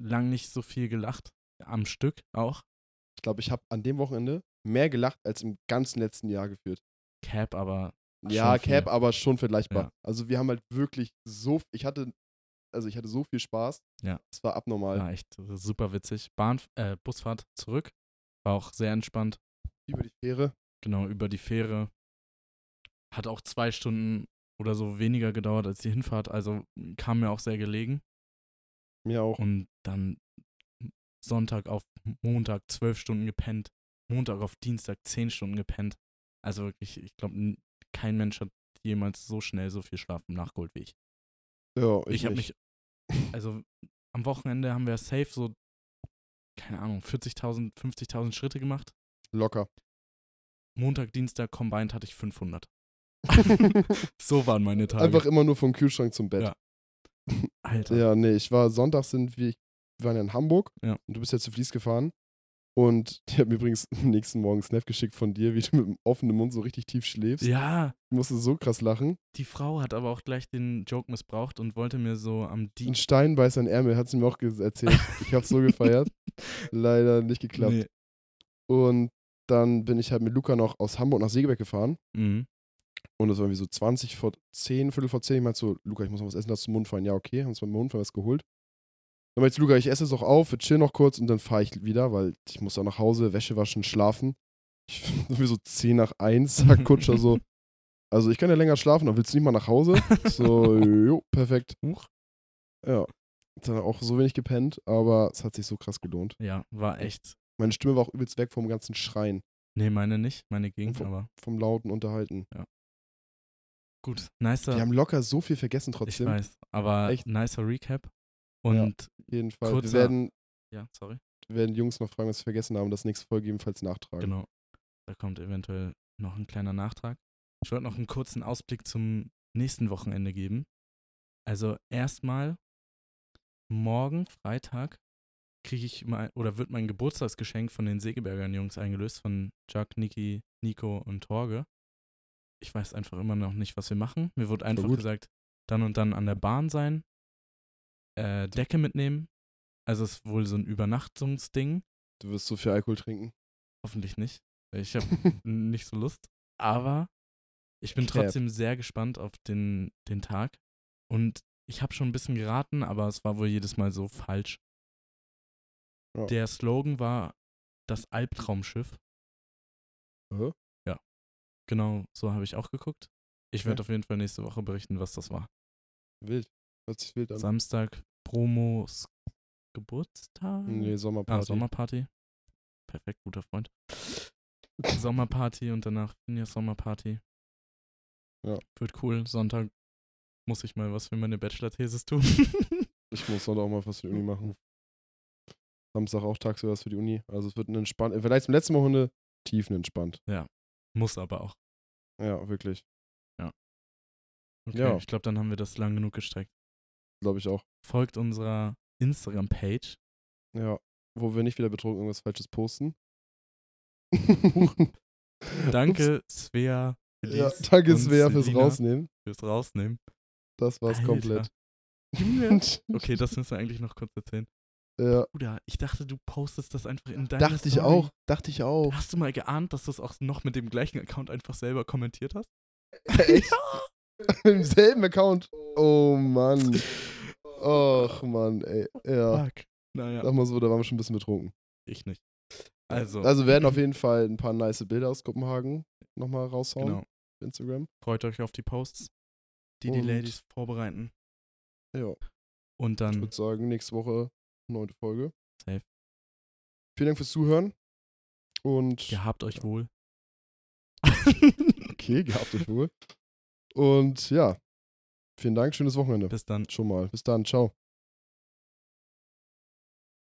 lang nicht so viel gelacht. Am Stück auch.
ich glaube, ich habe an dem Wochenende mehr gelacht als im ganzen letzten Jahr geführt.
Cap, aber
Ja,
schon viel.
Cap, aber schon vergleichbar.
Ja.
Also wir haben halt wirklich so, ich hatte, also ich hatte so viel Spaß.
Ja.
Es war abnormal.
war echt super witzig. Bahn, äh, Busfahrt zurück. War auch sehr entspannt.
Über die Fähre.
Genau, über die Fähre. Hat auch zwei Stunden oder so weniger gedauert als die Hinfahrt. Also kam mir auch sehr gelegen.
Mir auch.
Und dann Sonntag auf Montag zwölf Stunden gepennt. Montag auf Dienstag zehn Stunden gepennt. Also wirklich, ich glaube, kein Mensch hat jemals so schnell so viel Schlaf nachgeholt wie ich.
Ja,
Ich, habe
nicht.
mich, also am Wochenende haben wir safe so, keine Ahnung, 40.000, 50.000 Schritte gemacht.
locker.
Montag, Dienstag combined hatte ich 500. so waren meine Tage.
Einfach immer nur vom Kühlschrank zum Bett. Ja,
Alter.
nee, ich war Sonntag sind wir, wir waren ja in Hamburg
Ja.
und du bist ja zu Fließ gefahren. Und die hat mir übrigens am nächsten Morgen einen Snap geschickt von dir, wie du mit dem offenen Mund so richtig tief schläfst.
Ja,
Ich musste so krass lachen.
die Frau hat aber auch gleich den Joke missbraucht und wollte mir so am
Ein
Dienstag.
Stein bei seinen Ärmel, hat sie mir auch ge- erzählt. Ich hab's so gefeiert. Leider nicht geklappt.
Nee.
Und dann bin ich halt mit Luca noch aus Hamburg nach Segeberg gefahren.
Mhm.
Und es war irgendwie so 20 vor 10, Viertel vor 10. Ich meinte so, Luca, ich muss noch was essen, lass zum Mund fallen. Ja, okay, haben uns beim Mund fallen was geholt. Dann meinte ich, Luca, ich esse es auch auf, wir chillen noch kurz und dann fahre ich wieder, weil ich muss auch nach Hause, Wäsche waschen, schlafen. Ich bin so 10 nach 1, sagt Kutscher so, also ich kann ja länger schlafen, aber willst du nicht mal nach Hause? Ich So, jo, perfekt.
Huch.
Ja. Dann auch so wenig gepennt, aber es hat sich so krass gelohnt.
Ja, war echt.
Meine Stimme war auch übelst weg vom ganzen Schreien,
Nee, meine nicht. Meine ging,
Vom-
aber
vom lauten Unterhalten.
gut. Nicer.
Wir haben locker so viel vergessen
ich
trotzdem.
weiß. Aber
Echt.
nicer Recap. Und
Jedenfalls. Wir
Kurzer-
werden
ja. sorry.
Wir werden die Jungs noch fragen, was sie vergessen haben, das nächste Folge ebenfalls nachtragen.
Genau. Da kommt eventuell noch ein kleiner Nachtrag. Ich wollte noch einen kurzen Ausblick zum nächsten Wochenende geben. Also erstmal morgen, Freitag, kriege ich mein, oder wird mein Geburtstagsgeschenk von den Segebergern Jungs eingelöst, von Jack, Niki, Nico und Torge. Ich weiß einfach immer noch nicht, was wir machen. Mir wurde einfach
gut.
gesagt, dann und dann an der Bahn sein, äh, Decke mitnehmen. Also es ist wohl so ein Übernachtungsding.
Du wirst so viel Alkohol trinken.
Hoffentlich nicht. Ich habe nicht so Lust. Aber ich bin
Knapp.
trotzdem sehr gespannt auf den, den Tag. Und ich habe schon ein bisschen geraten, aber es war wohl jedes Mal so falsch.
Ja.
Der Slogan war das Albtraumschiff.
Hä?
Ja. Genau, so habe ich auch geguckt. Ich werde
Okay.
auf jeden Fall nächste Woche berichten, was das war.
Wild. Hört sich wild an.
Samstag Promos Geburtstag?
nee, Sommerparty.
Ah, Sommerparty. Perfekt, guter Freund. Sommerparty und danach Finjas Sommerparty.
Ja.
Wird cool. Sonntag muss ich mal was für meine Bachelor-Thesis tun.
Ich muss Sonntag auch mal was für die Uni machen. Samstag auch tagsüber was für die Uni. Also es wird ein entspannt. Vielleicht zum letzten Mal Hunde tiefenentspannt.
muss aber auch.
Ja, wirklich.
Okay,
Ja.
ich glaube, dann haben wir das lang genug gestreckt.
Glaube ich auch.
Folgt unserer Instagram-Page.
Ja. Wo wir nicht wieder betrunken irgendwas Falsches posten.
Danke, Svea.
Ups. Ja,
Felice
danke
und
Svea fürs
Selina
Rausnehmen.
Fürs Rausnehmen.
Das war's
Alter.
komplett.
Junge. Okay, das müssen wir eigentlich noch kurz erzählen.
ja,
Bruder, ich dachte, du postest das einfach in deiner
dachte ich
Story.
auch. Oh. Dachte ich auch.
Hast du mal geahnt, dass du es auch noch mit dem gleichen Account einfach selber kommentiert hast?
Echt? Mit demselben Account. Oh Mann. Och Mann, ey. Ja.
Fuck. Naja,
Sag mal so, da waren wir schon ein bisschen betrunken.
ich nicht. Ah, Also,
Also werden auf jeden Fall ein paar nice Bilder aus Kopenhagen nochmal raushauen
genau.
auf Instagram.
Freut euch auf die Posts, die die
Und-
Ladies vorbereiten.
Ja,
Mhm. Und
ich
dann
würde sagen, nächste Woche neunte Folge.
Safe.
Vielen Dank fürs Zuhören. Und
gehabt euch wohl.
okay, gehabt euch wohl. Und ja, vielen Dank, schönes Wochenende.
Bis dann.
Schon mal. Bis dann, ciao.